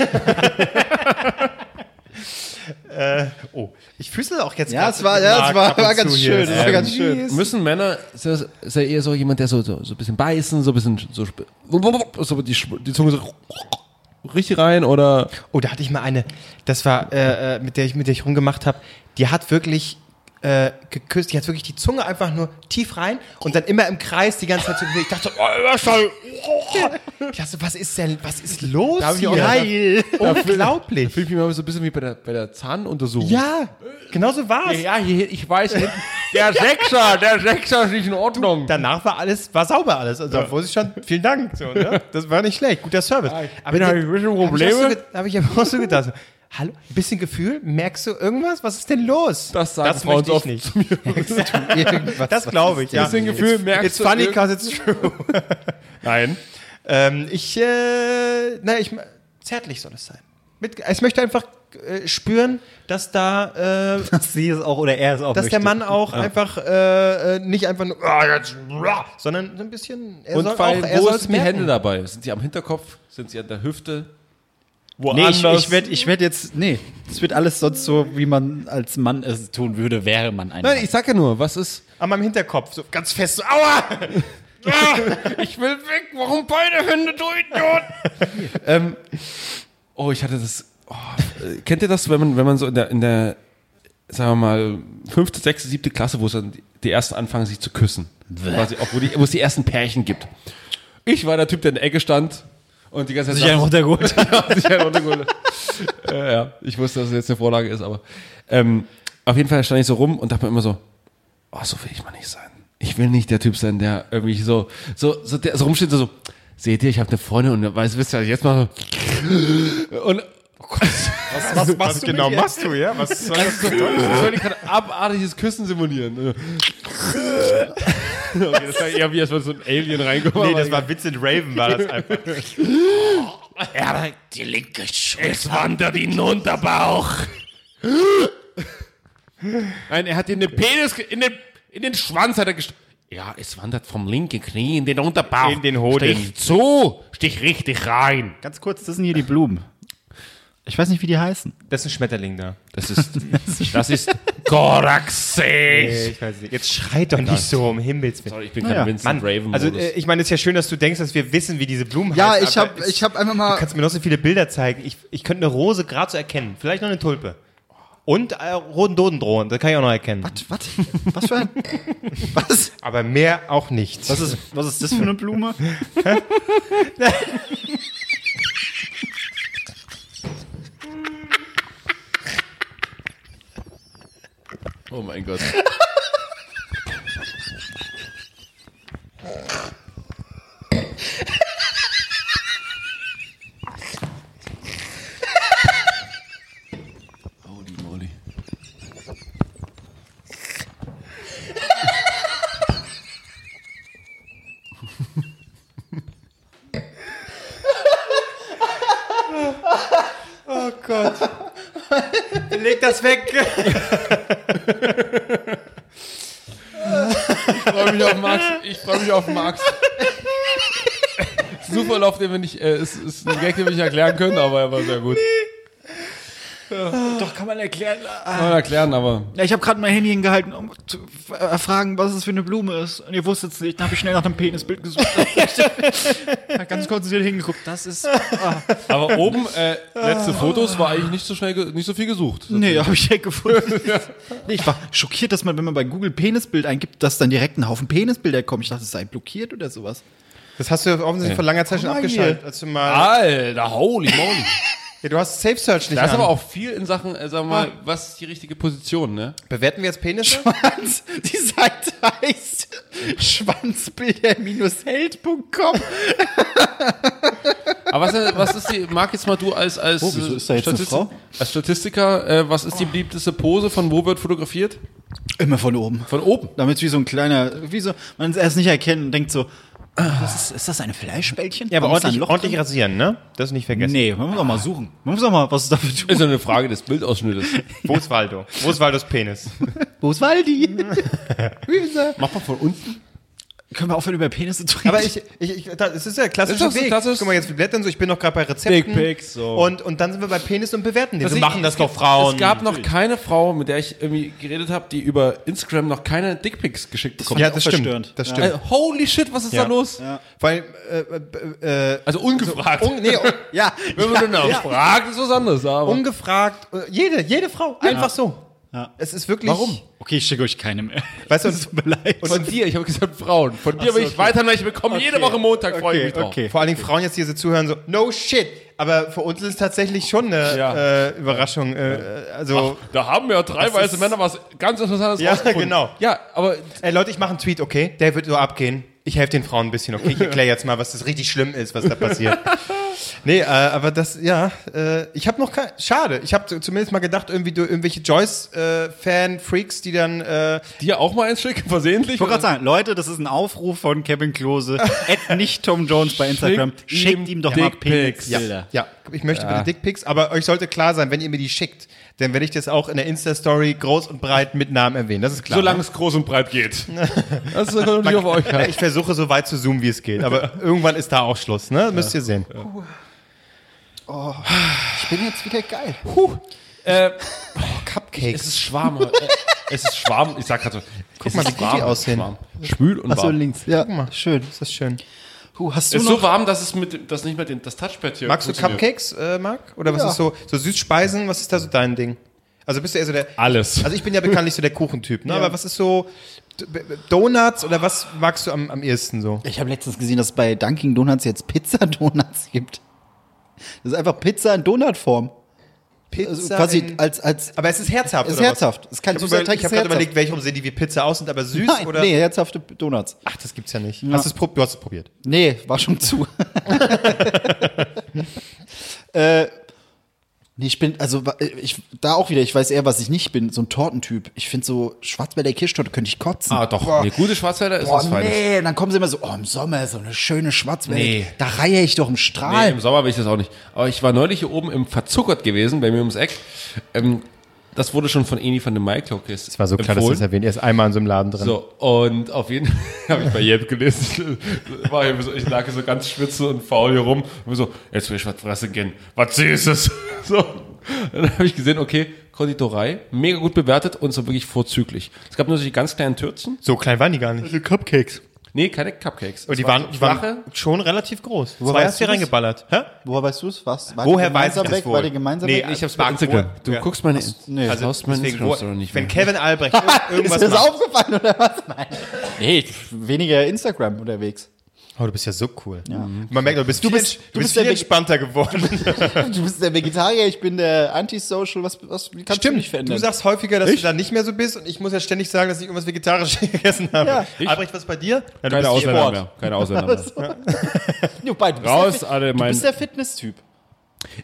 äh, oh, ich füßle auch jetzt Ja, grad es war, mit ja, Marc es war, ab und war ganz zu hier. schön. Es war Ähm, ganz schön. Müssen Männer, ist er, ist er eher so jemand, der so, so, so ein bisschen beißen, so ein bisschen, so, sp- so die, Sp- die Zunge so richtig rein oder? Oh, da hatte ich mal eine, das war, äh, äh, mit der ich, mit der ich rumgemacht habe, die hat wirklich äh, geküsst, die hat wirklich die Zunge einfach nur tief rein und dann immer im Kreis die ganze Zeit so, ich dachte, so, oh, was soll, oh. ich dachte, so, was ist denn, was ist los hab ich auch hier? Unglaublich. Fühlt mich mal so ein bisschen wie bei der, bei der Zahnuntersuchung. Ja, genau so war's. Ja, hier, ich weiß. hier hinten- Der Sechser, der Sechser ist nicht in Ordnung. Danach war alles, war sauber alles. Also, obwohl ich schon, vielen Dank. So, ne? Das war nicht schlecht, guter Service. bin halt ein bisschen Probleme. Habe ich aber auch so gedacht. Hallo, ein bisschen Gefühl? Merkst du irgendwas? Was ist denn los? Das sagen das Frauen möchte so ich oft nicht. zu mir. das glaube ich. Ja. Bisschen Gefühl, merkst it's du funny irgend- because it's true. Nein. ähm, ich, äh, na, ich, zärtlich soll es sein. Mit, ich möchte einfach äh, spüren, dass da, äh, Dass sie es auch oder er es auch dass der Mann auch einfach äh, äh, nicht einfach nur, ah, jetzt, ah, sondern so ein bisschen, er Und soll vor allem, auch, er wo soll sind es die Hände merken. dabei? Sind sie am Hinterkopf? Sind sie an der Hüfte? Nee, ich, Woanders? ich werde ich werd jetzt, nee, es wird alles sonst so, wie man als Mann es tun würde, wäre man ein Nein, Mann. ich sag ja nur, was ist? An meinem Hinterkopf, so ganz fest, so, aua! Ah! Ich will weg, warum beide Hände, du Idiot? ähm, oh, ich hatte das. Oh, äh, kennt ihr das, wenn man, wenn man so in der, in der, sagen wir mal, fünfte, sechste, siebte Klasse, wo es dann die- die ersten anfangen, sich zu küssen? Quasi, auch wo, die, wo es die ersten Pärchen gibt. Ich war der Typ, der in der Ecke stand und die ganze Zeit. sich einen runtergeholt. Hat sich einen runtergeholt. äh, ja, ich wusste, dass es jetzt eine Vorlage ist, aber ähm, auf jeden Fall stand ich so rum und dachte mir immer so, oh, so will ich mal nicht sein. Ich will nicht der Typ sein, der irgendwie so, so, so, der, so rumsteht, so, so, seht ihr, ich habe eine Freundin und weiß, wisst ihr, jetzt mal so. Und oh Was, was machst du genau machst du, ja? Was soll das? so, ich wollte gerade abartiges Küssen simulieren. okay, das war eher wie, als wenn so ein Alien reinkommt. Nee, das war Vincent Raven, war das einfach. die linke Es wandert in den Unterbauch. Nein, er hat in den Penis, ge- in den, in den Schwanz hat er gest Ja, es wandert vom linken Knie in den Unterbauch. In den Hoden. Stich zu, stich richtig rein. Ganz kurz, das sind hier die Blumen. Ich weiß nicht, wie die heißen. Das ist ein Schmetterling da. Das ist, das ist Koraxig. ich weiß nicht. Jetzt schreit doch nicht so um Himmels Willen. Ich bin Naja. Mann, also äh, ich meine, es ist ja schön, dass du denkst, dass wir wissen, wie diese Blumen heißen. aber es- hab einfach mal. Du kannst mir noch so viele Bilder zeigen. Ich, ich könnte eine Rose gerade so erkennen. Vielleicht noch eine Tulpe. Und äh, roten Dodendrohnen, das kann ich auch noch erkennen. Was? Was für ein. Was? Aber mehr auch nicht. Was ist, was ist das für eine Blume? Oh mein Gott. Holy moly. Leg das weg. Ich freue mich auf Max. Ich freue mich auf Max. Super Lauf, den wir nicht, äh, ist, ist ein Gag, den wir nicht erklären können, aber er war sehr gut. Doch, kann man erklären. Kann man erklären, aber Ja, ich habe gerade mein Handy hingehalten, um zu f- erfragen, was es für eine Blume ist. Und ihr wusstet es nicht. Dann habe ich schnell nach einem Penisbild gesucht. Hab ganz konzentriert hingeguckt. Das ist. Aber oben, äh, letzte Fotos, war eigentlich nicht so schnell, ge- nicht so viel gesucht. Nee, habe ich nicht gefunden. Nee, ich war schockiert, dass man, wenn man bei Google Penisbild eingibt, dass dann direkt ein Haufen Penisbilder kommen. Ich dachte, es sei blockiert oder sowas. Das hast du ja offensichtlich vor langer Zeit schon mal abgeschaltet. Als du, mal, Alter, holy moly. ja, du hast Safe Search nicht Da ist an. aber auch viel in Sachen, äh, sagen wir mal, was ist die richtige Position, ne? Bewerten wir jetzt Penisse? Schwanz. Die Seite heißt schwanzbilder-held.com. Aber was, äh, was ist die, Marc, jetzt mal du als, als, Oh, wieso äh, ist da jetzt eine Frau? als Statistiker, äh, was ist die beliebteste Pose, von wo wird fotografiert? Immer von oben. Von oben. Damit es wie so ein kleiner, wie so, man es erst nicht erkennt und denkt so, ah, das ist, ist das eine Fleischbällchen? Ja, aber Warum ist da ein ordentlich, Loch ordentlich drin? rasieren, ne? Das nicht vergessen. Nee, man muss auch mal suchen. Man muss auch mal was dafür tun. Ist ja eine Frage des Bildausschnittes. Wo ist Waldo? Wo ist Waldos Penis? Wo ist Waldi? Mach mal von unten. Können wir aufhören, über Penisse zu reden? Aber ich, ich, ich da, es ist ja der klassische Das ist- Weg. das ist- Guck mal, jetzt wir blättern so, ich bin noch gerade bei Rezepten. Dick Pics, so. Und, und dann sind wir bei Penis und bewerten Also den. So ich- machen das es doch gibt- Frauen. Es gab noch keine Frau, mit der ich irgendwie geredet habe, die über Instagram noch keine Dickpics geschickt bekommen ja, hat. das auch stimmt. verstörend. Das stimmt. Äh, holy shit, was ist Ja. da los? Vor allem, äh, äh, äh, Also ungefragt. un, nee, un, ja, Wenn man danach fragt, ist was anderes. Aber ungefragt, äh, jede, jede Frau, einfach so. Es ist wirklich. Warum? Okay, ich schicke euch keine mehr. Weißt du, tut mir leid. von dir, ich habe gesagt Frauen. Von dir will ich weiter welche bekommen. Jede Woche Montag freue ich mich drauf. okay. Vor allen Dingen Frauen jetzt, die hier so zuhören, so, no shit. Aber für uns ist es tatsächlich schon eine Ja. äh, Überraschung. Äh, äh, also, Da haben wir ja drei weiße Männer was ganz Interessantes Ja, rausgefunden. genau. Ja, aber ey Leute, ich mache einen Tweet, okay? Der wird so abgehen. Ich helfe den Frauen ein bisschen, okay? Ich erkläre jetzt mal, was das richtig schlimm ist, was da passiert. nee, äh, aber das, ja, äh, ich habe noch kein, schade. Ich habe zumindest mal gedacht, irgendwie du, irgendwelche Joyce-Fan-Freaks, die dann, äh, dir auch mal eins schicken, versehentlich. Ich wollte gerade sagen, Leute, das ist ein Aufruf von Kevin Klose. Add nicht Tom Jones bei Instagram. Schickt ihm Schickt ihm doch mal Dickpics. Penisbilder. Ja, ja, ich möchte bitte Dickpics, aber euch sollte klar sein, wenn ihr mir die schickt, dann werde ich das auch in der Insta-Story groß und breit mit Namen erwähnen. Das ist klar. Solange es groß und breit geht. Das ist natürlich auf euch. halt. Ja, ich versuche so weit zu zoomen, wie es geht, aber irgendwann ist da auch Schluss, ne? Müsst ihr sehen. Oh, Ich bin jetzt wieder geil. Äh, Cupcakes. es ist Schwarm. äh, es ist Schwarm. Ich sag gerade so. Guck mal, wie gut die aussehen. Schwül und So warm. links, ja. Guck mal, schön, ist das schön. Puh, hast du Es ist noch? so warm, dass es mit das nicht mehr den, das Touchpad hier. Magst du funktioniert. Cupcakes, äh, Marc? Oder was Ja. ist so, so Süßspeisen, was ist da so dein Ding? Also bist du eher so der, Alles. also ich bin ja bekanntlich so der Kuchentyp, ne? Aber was ist so, D- B- B- Donuts oder was magst du am, am ehesten so? Ich habe letztens gesehen, dass es bei Dunkin' Donuts jetzt Pizza-Donuts gibt. Das ist einfach Pizza in Donutform. Pizza Also quasi in- als, als aber es ist herzhaft, ist oder was? herzhaft. Es ist kein Ich süßer habe Teig, hab es ist gerade herzhaft. überlegt, welche sehen die wie Pizza aus sind, aber süß Nein, oder? nee, herzhafte Donuts. Ach, das gibt's ja nicht. Hast du's prob du hast es probiert. Nee, war schon zu. äh, nee, ich bin, also wa- ich, da auch wieder, ich weiß eher, was ich nicht bin, so ein Tortentyp. Ich finde so Schwarzwälder Kirschtorte könnte ich kotzen. Ah, doch. Eine gute Schwarzwälder ist Boah, was Feines. nee, und dann kommen sie immer so, oh, im Sommer so eine schöne Schwarzwälder. Nee. Da reihe ich doch im Nee, Strahl. im Sommer will ich das auch nicht. Aber ich war neulich hier oben im Verzuckert gewesen, bei mir ums Eck. Ähm, das wurde schon von Eni von dem Maiklockis. Es erwähnt. Er ist einmal in so einem Laden drin. so, und auf jeden Fall habe ich bei Yelp gelesen. Ich, war hier so, ich lag hier so ganz schwitze und faul hier rum. Und so, jetzt will ich was fressen gehen. Was Süßes. So. Dann habe ich gesehen, okay, Konditorei, mega gut bewertet und so wirklich vorzüglich. Es gab nur solche ganz kleinen Türzchen. So klein waren die gar nicht. Cupcakes. Nee, keine Cupcakes. Aber Es die war waren, die flache- waren schon relativ groß. Zwei weißt hast du du das? reingeballert. Hä? Woher weißt du es? Was? War Woher weiß ich das weg? wohl? War die gemeinsam Nee, weg? Ich hab's bei Mark, Instagram. wo- Du ja. guckst meine, nee. du schaust meine Also Deswegen, wo, Instagram-Story nicht wenn mehr. Kevin Albrecht ir- irgendwas Ist dir das macht. aufgefallen oder was? Nein. Nee, weniger Instagram unterwegs. Oh, du bist ja so cool. Mhm. Man merkt, du bist, Du viel, bist- ents- du du bist bist der viel Be- entspannter geworden. Du bist der Vegetarier, ich bin der Antisocial. Was, was wie kannst du nicht verändern? Du sagst häufiger, dass du da nicht mehr so bist und ich muss ja ständig sagen, dass ich irgendwas vegetarisch gegessen habe. Ja. Ich? Albrecht, was bei dir? Ja, du Keine bist Ausländer Sport. mehr. Keine Ausländer mehr. du, beide, du Raus, bist der, Fit- alle du mein. bist der Fitness-Typ.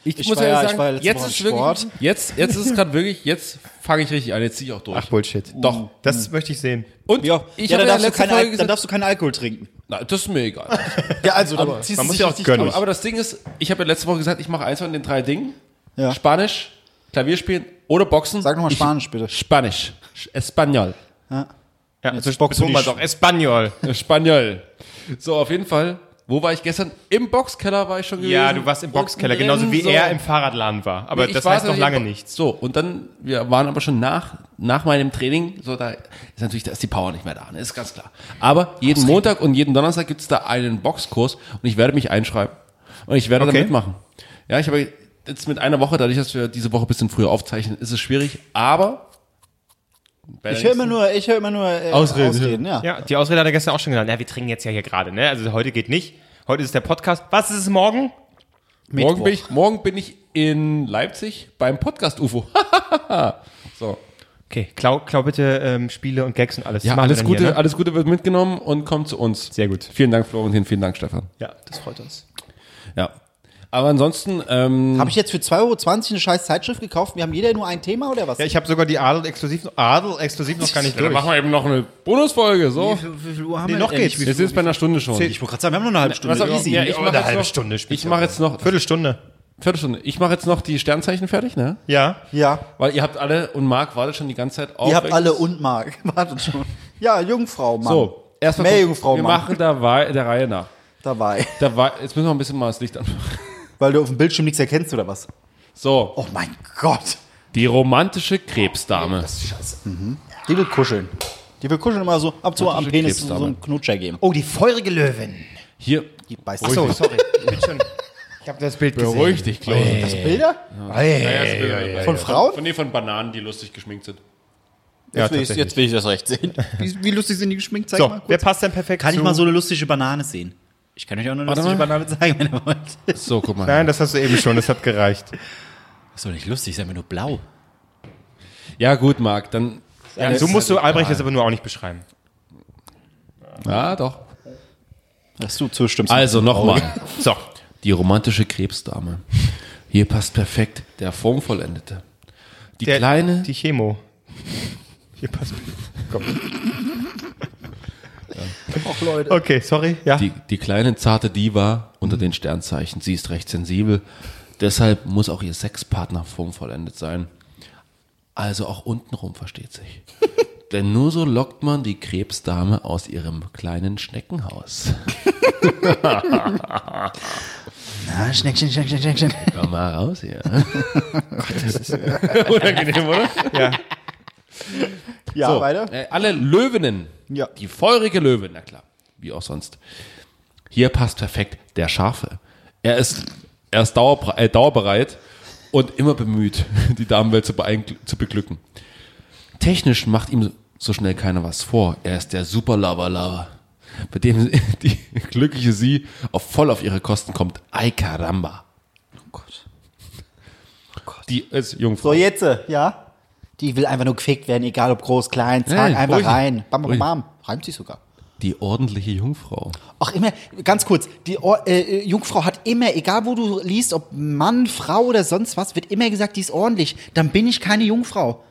Ich, Ich muss war ehrlich ja- ich sagen, war ja letzte jetzt Woche ist im wirklich, Sport. jetzt, jetzt ist es gerade wirklich, jetzt fange ich richtig an, jetzt ziehe ich auch durch. Ach, Bullshit. Doch. Das möchte ich sehen. Und ich habe Mhm. ja letzte Folge gesagt, darfst du keinen Alkohol trinken. na, das ist mir egal. Ja, also dann ziehst man du muss dich ja auch richtig gönnen. durch. aber, aber das Ding ist, ich habe ja letzte Woche gesagt, ich mache eins von den drei Dingen. Ja. Spanisch, Klavier spielen oder Boxen. Sag nochmal Ich- Spanisch, bitte. Spanisch. Espanol. Ja, jetzt bockst du die Espanol. Espanol. So, auf jeden Fall Wo war ich gestern? Im Boxkeller war ich schon gewesen. Ja, du warst im Boxkeller, Und in genauso wie Hm. so- er im Fahrradladen war. Aber Ich das war heißt noch tatsächlich lange im Bo- nichts. So, und dann, wir waren aber schon nach, nach meinem Training, so da ist natürlich, da ist die Power nicht mehr da, ne, ist ganz klar. Aber jeden Montag und jeden Donnerstag gibt's da einen Boxkurs und ich werde mich einschreiben. Und ich werde da Okay. mitmachen. Ja, ich habe jetzt mit einer Woche, dadurch, dass wir diese Woche ein bisschen früher aufzeichnen, ist es schwierig, aber. Ich höre immer nur, ich höre immer nur äh, Ausreden, ja. Ja, die Ausrede hat er gestern auch schon genannt. Na, wir trinken jetzt ja hier gerade, ne? Also heute geht nicht. Heute ist der Podcast. Was ist es morgen? Morgen bin, ich, morgen bin ich in Leipzig beim Podcast UFO. so. Okay, klau, klau bitte ähm, Spiele und Gags und alles. Das Ja, machen wir alles dann Gute, hier, ne? alles Gute wird mitgenommen und kommt zu uns. Sehr gut. Vielen Dank, Florentin, vielen Dank, Stefan. Ja, das freut uns. Ja. Aber ansonsten, ähm, Habe ich jetzt für 2,20 Euro eine scheiß Zeitschrift gekauft? Wir haben jeder nur ein Thema oder was? Ja, ich habe sogar die Adel exklusiv, Adel exklusiv noch gar nicht dann durch. machen wir eben noch eine Bonusfolge, Oh. so. Nee, noch geht's. Wir sind jetzt bei einer Stunde schon. Zehn- Ich wollte gerade sagen, wir haben noch eine halbe Stunde. Was auch Easy. ja, ich mache Eine halbe jetzt, noch- Stunde ich Spezial. mach jetzt noch Viertelstunde. Viertelstunde. Ich mache jetzt noch die Sternzeichen fertig, ne? Ja. ja. Weil ihr habt alle und Marc wartet schon die ganze Zeit auf. Ihr habt alle und Marc. Wartet schon. Ja, Jungfrau, Mann. So, erstmal Meerjungfrau, wir Mann. machen der, Wahl- der Reihe nach. Dabei. Der Wahl- jetzt müssen wir ein bisschen mal das Licht anmachen. Weil du auf dem Bildschirm nichts erkennst oder was? So, Oh mein Gott. die romantische Krebsdame. Die will kuscheln. Die will kuscheln immer so ab und zu am Penis so Krebsdame. einen Knutscher geben. Oh, die feurige Löwin. Hier, Die beißt Ach so, sorry. Ich bin schon. Ich habe das Bild gesehen. beruhig dich, Claudia. Bilder? Von Frauen? Nee, von Bananen, die lustig geschminkt sind. Ja, Jetzt will, ich, jetzt will ich das recht sehen. Wie, wie lustig sind die geschminkt? Zeig So, wer passt denn perfekt Kann zu? ich mal so eine lustige Banane sehen? Ich kann euch auch eine Warte lustige mal. Banane zeigen, wenn ihr wollt. So, guck mal. Nein, das hast du eben schon, das hat gereicht. Das soll nicht lustig sein, wenn nur blau. Ja, gut, Marc, dann. Ja, so musst du Albrecht jetzt aber nur auch nicht beschreiben. Ja, doch. Dass du zustimmst. Also nochmal. So, Die romantische Krebsdame. Hier passt perfekt der Formvollendete. Die der, kleine, Die Chemo. Hier passt. Komm. Och, Leute. Okay, sorry. Ja. die, die kleine zarte Diva Mhm. unter den Sternzeichen. Sie ist recht sensibel. Deshalb muss auch ihr Sexpartner formvollendet sein. Also auch untenrum versteht sich. Denn nur so lockt man die Krebsdame aus ihrem kleinen Schneckenhaus. Ah, schneck, schneck, schneck, schneck, schneck, schneck. Komm mal raus hier. Unangenehm, oder? ja. Ja, So, weiter. Äh, alle Löwinnen. Ja. Die feurige Löwin, na klar. Wie auch sonst. Hier passt perfekt der Schafe. Er ist, er ist dauerbere äh, dauerbereit und immer bemüht, die Damenwelt zu, beeingl- zu beglücken. Technisch macht ihm so schnell keiner was vor. Er ist der Super-Lava-Lava, bei dem die glückliche sie auf voll auf ihre Kosten kommt. Ay caramba. Oh Gott. Die ist Jungfrau. So, jetzt, äh, ja. Die will einfach nur gefickt werden, egal ob groß, klein, zack, Nein, einfach ruhig. rein. Bam, bam, Ruhig. bam. Reimt sich sogar. Die ordentliche Jungfrau. Ach, immer, ganz kurz, die Or äh, Jungfrau hat immer, egal wo du liest, ob Mann, Frau oder sonst was, wird immer gesagt, die ist ordentlich. Dann bin ich keine Jungfrau.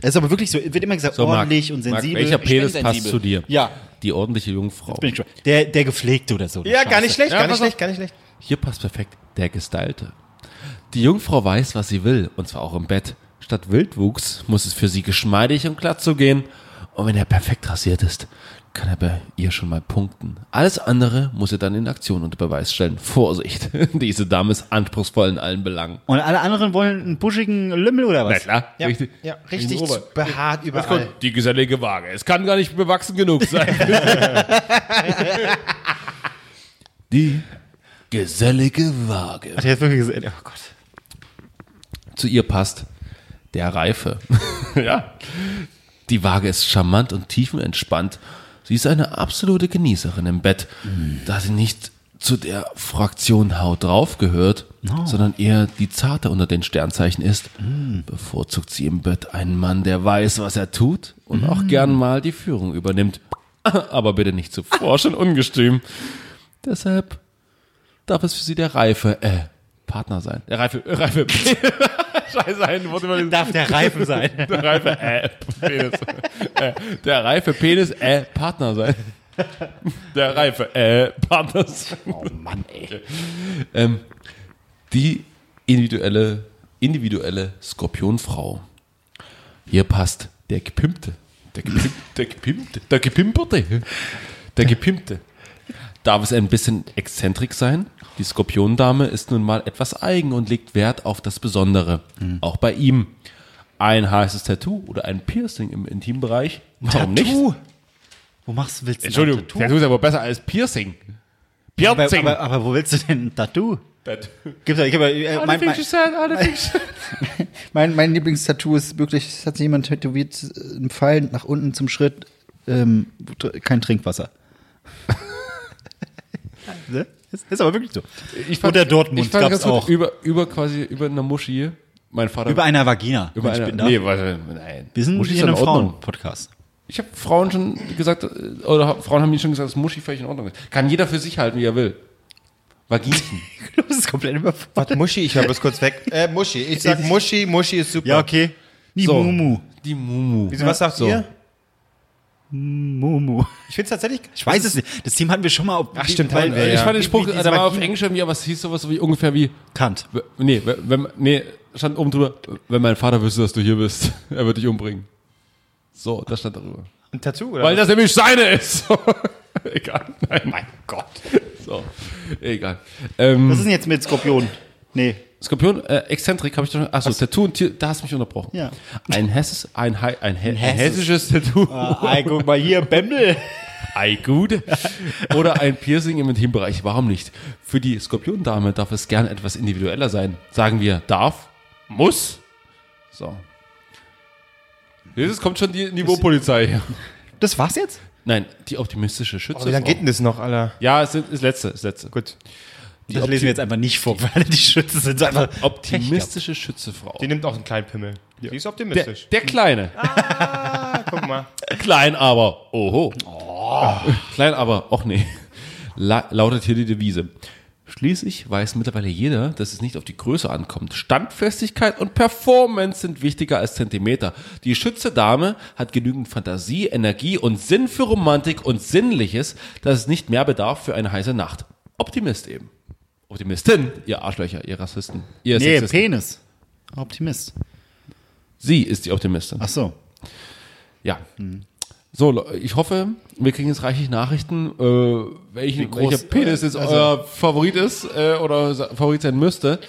Es ist aber wirklich so, wird immer gesagt, So, Marc, ordentlich und Marc, sensibel. welcher Ich bin Penis passt sensibel. zu dir? Ja. Die ordentliche Jungfrau. Bin ich schon. Der, der gepflegte oder so. Ja, gar nicht schlecht, Ja, gar nicht pass schlecht, gar nicht schlecht. Hier passt perfekt der Gestylte. Die Jungfrau weiß, was sie will, und zwar auch im Bett. Statt Wildwuchs muss es für sie geschmeidig und glatt zugehen. Und wenn er perfekt rasiert ist, kann er bei ihr schon mal punkten. Alles andere muss er dann in Aktion unter Beweis stellen. Vorsicht, diese Dame ist anspruchsvoll in allen Belangen. Und alle anderen wollen einen buschigen Lümmel oder was? ne? klar, Ja, ja, richtig behaart Gut, überall. die gesellige Waage. Es kann gar nicht bewachsen genug sein. die gesellige Waage. Ich hab's wirklich gesehen. Oh Gott. Zu ihr passt der Reife. ja. Die Waage ist charmant und tiefenentspannt. Sie ist eine absolute Genießerin im Bett, da sie nicht zu der Fraktion Haut drauf gehört, sondern eher die Zarte unter den Sternzeichen ist, bevorzugt sie im Bett einen Mann, der weiß, was er tut und auch gern mal die Führung übernimmt. Aber bitte nicht zu forsch und ungestüm. Deshalb darf es für sie der reife äh, Partner sein. Der reife, äh, reife Scheiße, ein Wort über den Darf der Reifen sein. der reife äh, Penis. äh, der reife Penis äh, Partner sein. Der reife äh, Partner sein. Oh Mann, ey. Ähm, die individuelle, individuelle Skorpionfrau. Hier passt der Gepimpte. Der Gepimpte. Der Gepimpte. Der Gepimperte. Der Gepimpte. darf es ein bisschen exzentrik sein. Die Skorpiondame ist nun mal etwas eigen und legt Wert auf das Besondere. Mhm. Auch bei ihm. Ein heißes Tattoo oder ein Piercing im Intimbereich. Warum nicht? Wo machst du, willst du Entschuldigung, ein Tattoo? Tattoo? ist aber besser als Piercing. Aber, Piercing. aber, aber wo willst du denn ein Tattoo? Gibt's ja, ich hab ja, äh, mein, mein, Mein, mein Lieblingstattoo ist wirklich, es hat sich jemand tätowiert, äh, ein Pfeil nach unten zum Schritt, ähm, tr- kein Trinkwasser. ne? ist, ist aber wirklich so. Ich Oder Dortmund ich fand gab's ganz gut, auch. Über, über quasi, über einer Muschi. Mein Vater. Über einer Vagina. über Mensch, einer, bin da. nee, warte, nein. Wir sind Muschi hier ist in in einem Ordnung. Frauen-Podcast. Ich habe Frauen schon gesagt, äh, oder hab- Frauen haben mir schon gesagt, dass Muschi völlig in Ordnung ist. Kann jeder für sich halten, wie er will. Vaginchen. Du bist komplett überfordert. Was, Muschi? Ich war bloß kurz weg. Äh, Muschi. Ich sag Muschi, Muschi ist super. Ja, okay. Die So. Mumu. Die Mumu. Wieso, was sagt So. ihr? Mumu. Ich finde es tatsächlich... Ich weiß es nicht. Das Thema hatten wir schon mal auf Ach, stimmt, weil, hatten wir, weil ich ja. fand den Wie- Spruch, wie diese der war auf Vagin- Englisch irgendwie, aber es hieß sowas wie ungefähr wie, Kant. w- nee, w- wenn, nee, stand oben drüber, wenn mein Vater wüsste, dass du hier bist, er würde dich umbringen. So, das stand darüber. Ein Tattoo, oder? Weil das nämlich seine ist. egal. Nein. Mein Gott. So, egal. Ähm, Was ist denn jetzt mit Skorpion? Nee. Skorpion, äh, Exzentrik, habe ich doch. Achso, Tattoo und Tier, da hast du mich unterbrochen. Ja. Ein, Hesses, ein, Hei- ein, He- ein hessisches Ah. Tattoo. Ei, guck mal hier, Bämbel. Ei, gut. Oder ein Piercing im Intimbereich. Warum nicht? Für die Skorpiondame darf es gern etwas individueller sein. Sagen wir, darf, muss. So. Jetzt kommt schon die Niveaupolizei. Das war's jetzt? Nein, die optimistische Oh, Schütze. wie lange geht denn das noch, Alter? ja, es ist, ist letzte, ist letzte. Gut. Die Das lesen wir jetzt einfach nicht vor, weil die Schütze sind so einfach optimistische Schützefrau. Die nimmt auch einen kleinen Pimmel. Die ist Der, optimistisch. der Kleine. Ah, guck mal. Klein aber, oho. Klein aber, och nee. La lautet hier die Devise. Schließlich weiß mittlerweile jeder, dass es nicht auf die Größe ankommt. Standfestigkeit und Performance sind wichtiger als Zentimeter. Die Schütze-Dame hat genügend Fantasie, Energie und Sinn für Romantik und Sinnliches, dass es nicht mehr bedarf für eine heiße Nacht. Optimist eben. Optimistin, ihr Arschlöcher, ihr Rassisten, ihr Nee, Sexisten. Penis. Optimist. Sie ist die Optimistin. Ach so. Ja. So, Le- ich hoffe, wir kriegen jetzt reichlich Nachrichten, äh, welchen, welcher Penis jetzt euer Favorit ist äh, oder sa- Favorit sein müsste.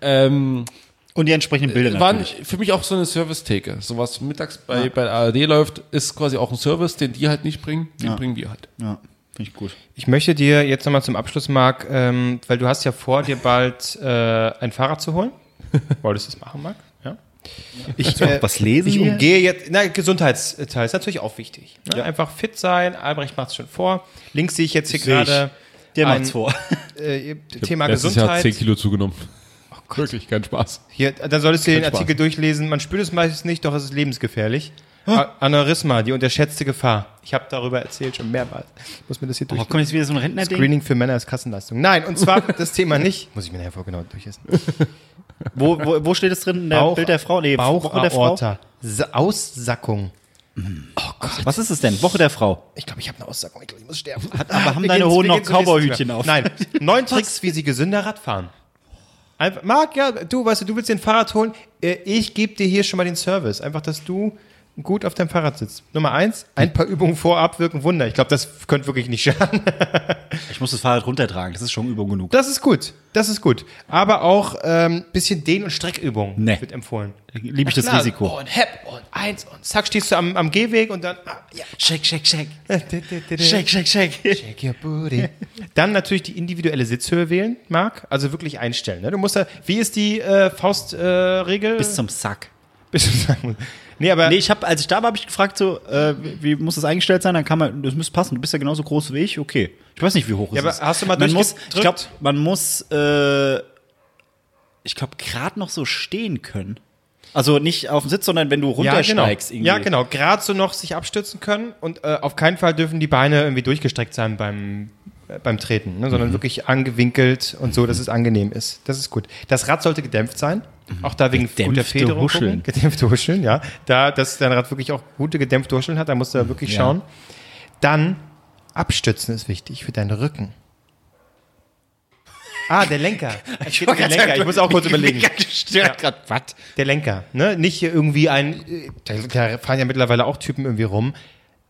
Ähm, Und die entsprechenden Bilder war natürlich. für mich auch so eine Servicetheke. So was mittags bei, bei der ARD läuft, ist quasi auch ein Service, den die halt nicht bringen, den bringen wir halt. Ja, finde ich gut. Ich möchte dir jetzt nochmal zum Abschluss, Marc, ähm, weil du hast ja vor, dir bald äh, ein Fahrrad zu holen. Wolltest du das machen, Marc? Ja. Ich, äh, Was lesen ich wir? umgehe jetzt, na, Gesundheitsteil ist natürlich auch wichtig. Ne? Einfach fit sein, Albrecht macht es schon vor. Links sehe ich jetzt hier Sehe ich. gerade Der ein- macht's vor. äh, Thema Letztes Jahr Gesundheit. 10 Kilo zugenommen. Wirklich, kein Spaß. Hier, dann solltest du den Kein Spaß. Artikel durchlesen. Man spürt es meistens nicht, doch es ist lebensgefährlich. A- Aneurysma, die unterschätzte Gefahr. Ich habe darüber erzählt schon mehrmals. Ich muss mir das hier durch. Oh, komm, jetzt wieder so ein Rentner-Ding. Screening für Männer ist Kassenleistung. Nein, und zwar das Thema nicht. Muss ich mir nachher vor genau durchlesen. Wo, wo, wo steht es drin? In der Bauch- Bild der Frau? Nee, Woche der Frau. Bauchaorta. Sa- Aussackung. Was ist es denn? Woche der Frau. Ich glaube, ich habe eine Aussackung. Ich glaube, ich muss sterben. Aber haben Wir deine gehen- Hohen wir noch gehen zum nächsten Cowboyhütchen Thema. auf? Nein, neun Tricks, wie sie gesünder Rad fahren. Einfach, Marc, ja, du, weißt du, du willst dir ein Fahrrad holen. Äh, Ich gebe dir hier schon mal den Service. Einfach, dass du gut auf deinem Fahrrad sitzt. Nummer eins, ein paar Übungen vorab wirken Wunder. Ich glaube, das könnte wirklich nicht schaden. Ich muss das Fahrrad runtertragen. Das ist schon Übung genug. Das ist gut, das ist gut. Aber auch ähm, bisschen Dehn- und Streckübungen Nee. wird empfohlen. Liebe ich das Klar, Risiko. Und hepp und eins und zack, stehst du am, am Gehweg und dann... Ah, ja. Shake, shake, shake. Shake, shake, shake. Shake your booty. Dann natürlich die individuelle Sitzhöhe wählen, Marc. Also wirklich einstellen. Ne? Du musst da, wie ist die äh, Faustregel? Äh, Regel? Bis zum Sack. Bis zum Sagen. Nee, aber Nee, ich hab, als ich da war, habe ich gefragt, so, äh, wie- wie muss das eingestellt sein? Dann kann man, das müsste passen. Du bist ja genauso groß wie ich, okay. Ich weiß nicht, wie hoch es Ja, aber ist. hast du mal man muss, durchgedrückt? Ich glaube, man muss, äh, ich glaube, gerade noch so stehen können. Also nicht auf dem Sitz, sondern wenn du ja, genau. runtersteigst. irgendwie. ja, genau. Gerade so noch sich abstützen können und äh, auf keinen Fall dürfen die Beine irgendwie durchgestreckt sein beim, äh, beim Treten, ne? Mhm. sondern wirklich angewinkelt und so, dass es angenehm ist. Das ist gut. Das Rad sollte gedämpft sein. Auch da wegen guter Mhm. Gedämpfte Federung. Huscheln. gucken. Gedämpfte Huscheln, ja. Da, dass dein Rad wirklich auch gute gedämpfte Huscheln hat, da musst du da wirklich schauen. Dann abstützen ist wichtig für deinen Rücken. Ah, der Lenker. Ich, der Lenker. ich muss auch kurz überlegen. Der Lenker, ne? Nicht hier irgendwie ein. äh, Da da fahren ja mittlerweile auch Typen irgendwie rum.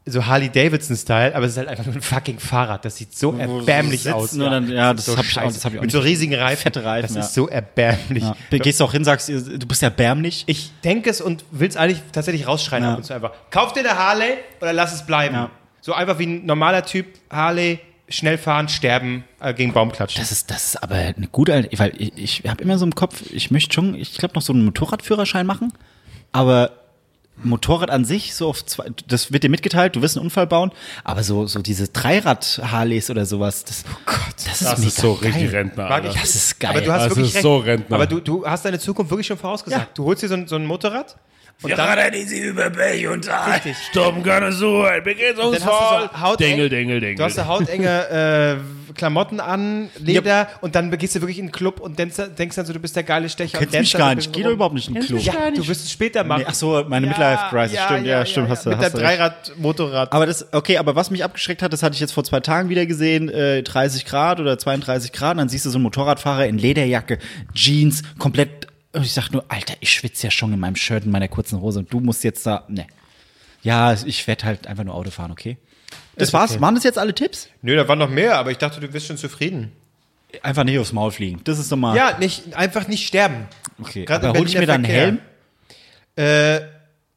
so Harley Davidson-Style, aber es ist halt einfach nur ein fucking Fahrrad. Das sieht so erbärmlich sitzen aus. und dann- ja, das ist hab ich auch- scheiße. das hab ich auch Mit so nicht. riesigen Reifen. Fette Reifen, Das ja. ist so erbärmlich. Ja. Du Gehst auch hin, sagst, ihr- du bist erbärmlich. Ich denke es und will es eigentlich tatsächlich rausschreien Ja. ab und zu einfach. Kauf dir eine Harley oder lass es bleiben. Ja. So einfach wie ein normaler Typ, Harley, schnell fahren, sterben, äh, gegen Baum klatschen. Das ist, das ist aber eine gute, Al- weil ich, ich habe immer so im Kopf, ich möchte schon, ich glaube, noch so einen Motorradführerschein machen, aber Motorrad an sich, so auf zwei, das wird dir mitgeteilt, du wirst einen Unfall bauen, aber so, so diese Dreirad-Harleys oder sowas, das, oh Gott, das ist, Das mega ist so geil. richtig Rentner. Mag Alter. ich. Das ist geil. Aber du hast Das wirklich ist recht. so Rentner. Aber du, du hast deine Zukunft wirklich schon vorausgesagt. Ja. Du holst dir so ein, so ein Motorrad und dann Richtig. Sturm kann so ein Begräßungsfall. Dengel, Dengel, Du hast da hautenge äh, Klamotten an, Leder und dann gehst du wirklich in den Club und denkst, denkst dann so, du bist der geile Stecher. Kennst und mich dancest dann gar ein nicht, bisschen geh doch rum. überhaupt nicht in den Club. Ja, du wirst es später machen. Nee, ach so, meine Midlife-Crisis, stimmt, ja, stimmt, hast du- Mit hast du deinem recht. Dreirad, Motorrad. Aber das, okay, aber was mich abgeschreckt hat, das hatte ich jetzt vor zwei Tagen wieder gesehen, äh, 30 Grad oder 32 Grad, und dann siehst du so einen Motorradfahrer in Lederjacke, Jeans, komplett, und ich sag nur, Alter, ich schwitze ja schon in meinem Shirt, in meiner kurzen Hose, und du musst jetzt da, ne. Ja, ich werde halt einfach nur Auto fahren, okay? Das war's, waren das jetzt alle Tipps? Nö, da waren noch mehr, aber ich dachte, du bist schon zufrieden. Einfach nicht aufs Maul fliegen, das ist normal. Ja, nicht, einfach nicht sterben. okay. Gerade Aber im hol ich mir dann einen Berliner Helm? Verkehr. Äh,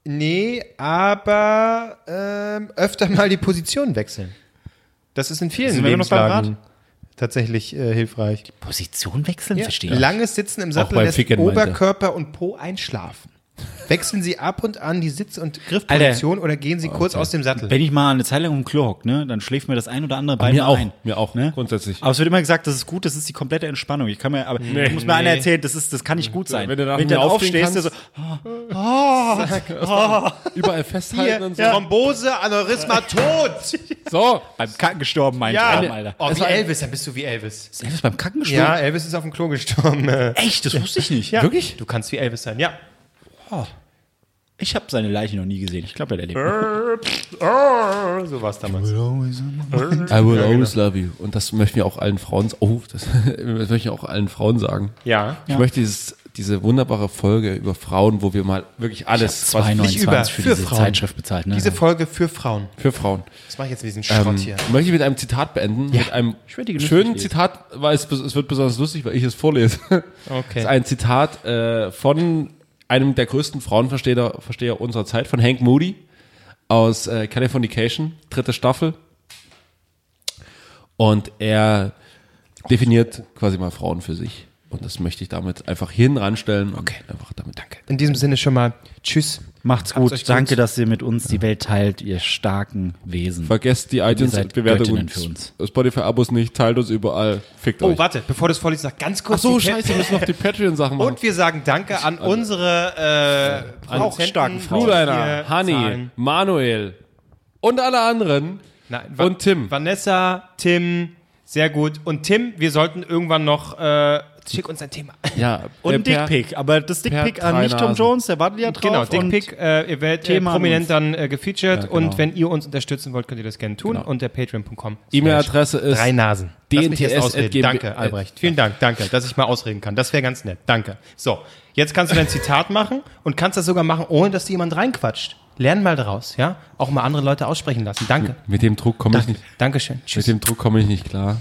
nee, aber ähm, öfter mal die Position wechseln. Das ist in vielen Sind wir immer noch beim Lebenslagen tatsächlich äh, hilfreich. Position wechseln, Ja. verstehe ich. Langes Sitzen im Sattel beim lässt Ficken meinte er. Oberkörper und Po einschlafen. Wechseln Sie ab und an die Sitz- und Griffposition oder gehen Sie kurz aus dem Sattel. Wenn ich mal eine Zeit lang im Klo hock, ne, dann schläft mir das ein oder andere Bein Mir mal auch, ein. mir auch, Ne? grundsätzlich. Aber es wird immer gesagt, das ist gut, das ist die komplette Entspannung. Ich kann mir, aber da muss mir einer erzählen, das ist, das kann nicht gut sein. Wenn du nach dann dem Aufstehen aufstehst, kannst. so, Überall festhalten Hier, und so. Thrombose, Aneurysma, tot! So, beim Kacken gestorben, mein Ja, Traum, Alter. Oh, wie Elvis, dann bist du wie Elvis. Ist Elvis beim Kacken gestorben? Ja, Elvis ist auf dem Klo gestorben. Äh, Echt, das wusste ich nicht. Ja. Wirklich? Du kannst wie Elvis sein, ja. Ich habe seine Leiche noch nie gesehen. Ich glaube, er lebt. Äh, Oh, so war es damals. I will always genau. love you. Und das möchten wir auch allen Frauen, oh, das, das möchte ich auch allen Frauen sagen. Ja. Ich möchte dieses, diese wunderbare Folge über Frauen, wo wir mal wirklich alles, was nicht über, 2,29 für für diese Frauen. Zeitschrift bezahlt, ne? Diese Folge für Frauen. für Frauen. Das mache ich jetzt mit diesem Ähm, Schrott hier. möchte ich mit einem Zitat beenden. Mit einem werde die genüsslich schönen lesen. Zitat, weil es, es wird besonders lustig, weil ich es vorlese. Das Okay. ist ein Zitat äh, von einem der größten Frauenversteher Versteher unserer Zeit, von Hank Moody aus äh, Californication, dritte Staffel. Und er definiert quasi mal Frauen für sich. Und das möchte ich damit einfach hin ranstellen. Okay. Einfach damit danke. In diesem Sinne schon mal Tschüss. Macht's Habt's gut. euch gut. Danke, dass ihr mit uns die Welt teilt, ihr starken Wesen. Vergesst die seid iTunes-Bewertungen Göttinnen für uns. Spotify-Abos nicht, teilt uns überall, fickt Oh, euch. warte, bevor du es vorliest, noch ganz kurz. Ach so, die Pat- scheiße, wir müssen noch die Patreon-Sachen machen. Und wir sagen Danke an unsere äh, Produzenten, starken Frauen. die Ludeiner, hier Hani, zahlen. Manuel und alle anderen. Nein, Und Va- Tim. Vanessa, Tim, sehr gut. Und Tim, wir sollten irgendwann noch. Äh, schick uns ein Thema. Ja, Und ein äh, per- Dickpick. Aber das Dickpick per an nicht Tom Dreinasen. Jones, der wartet ja drauf. Genau, und- Dickpick, äh, ihr werdet äh, Thema an uns. prominent dann äh, gefeatured. Ja, genau. Und wenn ihr uns unterstützen wollt, könnt ihr das gerne tun. Unter patreon.com. E-Mail-Adresse ist Drei Nasen. Lass mich erst DNTS ausreden. at Danke, gmb- Albrecht. Vielen Dank, danke, dass ich mal ausreden kann. Das wäre ganz nett. Danke. So, jetzt kannst du dein Zitat machen und kannst das sogar machen, ohne dass dir jemand reinquatscht. Lern mal daraus, ja? Auch mal andere Leute aussprechen lassen. Danke. Mit dem Druck komme ich nicht. Dankeschön. Mit Tschüss. dem Druck komme ich nicht klar,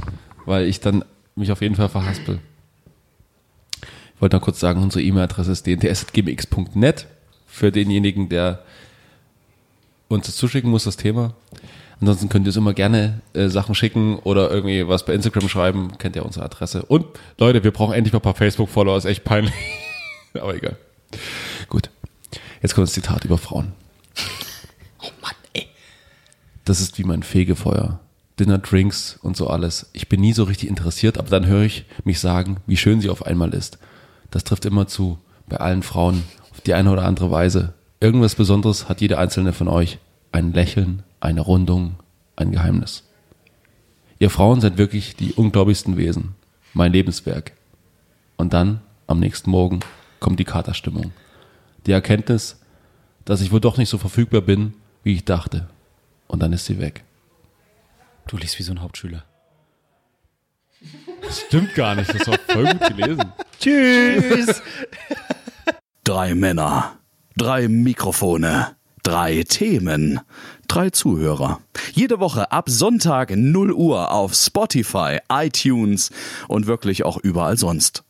weil ich dann mich auf jeden Fall verhaspel. Ich wollte noch kurz sagen, unsere E-Mail-Adresse ist dnts.gmx.net für denjenigen, der uns das zuschicken muss, das Thema. Ansonsten könnt ihr uns immer gerne äh, Sachen schicken oder irgendwie was bei Instagram schreiben, kennt ihr unsere Adresse. Und Leute, wir brauchen endlich mal ein paar Facebook-Follower, ist echt peinlich. Aber egal. Gut. Jetzt kommt das Zitat über Frauen. Das ist wie mein Fegefeuer. Dinner, Drinks und so alles. Ich bin nie so richtig interessiert, aber dann höre ich mich sagen, wie schön sie auf einmal ist. Das trifft immer zu, bei allen Frauen, auf die eine oder andere Weise. Irgendwas Besonderes hat jede einzelne von euch. Ein Lächeln, eine Rundung, ein Geheimnis. Ihr Frauen seid wirklich die unglaublichsten Wesen. Mein Lebenswerk. Und dann, am nächsten Morgen, kommt die Katerstimmung. Die Erkenntnis, dass ich wohl doch nicht so verfügbar bin, wie ich dachte. Und dann ist sie weg. Du liest wie so ein Hauptschüler. Das stimmt gar nicht, das war voll gut gelesen. Drei Männer, drei Mikrofone, Drei Themen, drei Zuhörer. Jede Woche ab Sonntag 0 Uhr auf Spotify, iTunes und wirklich auch überall sonst.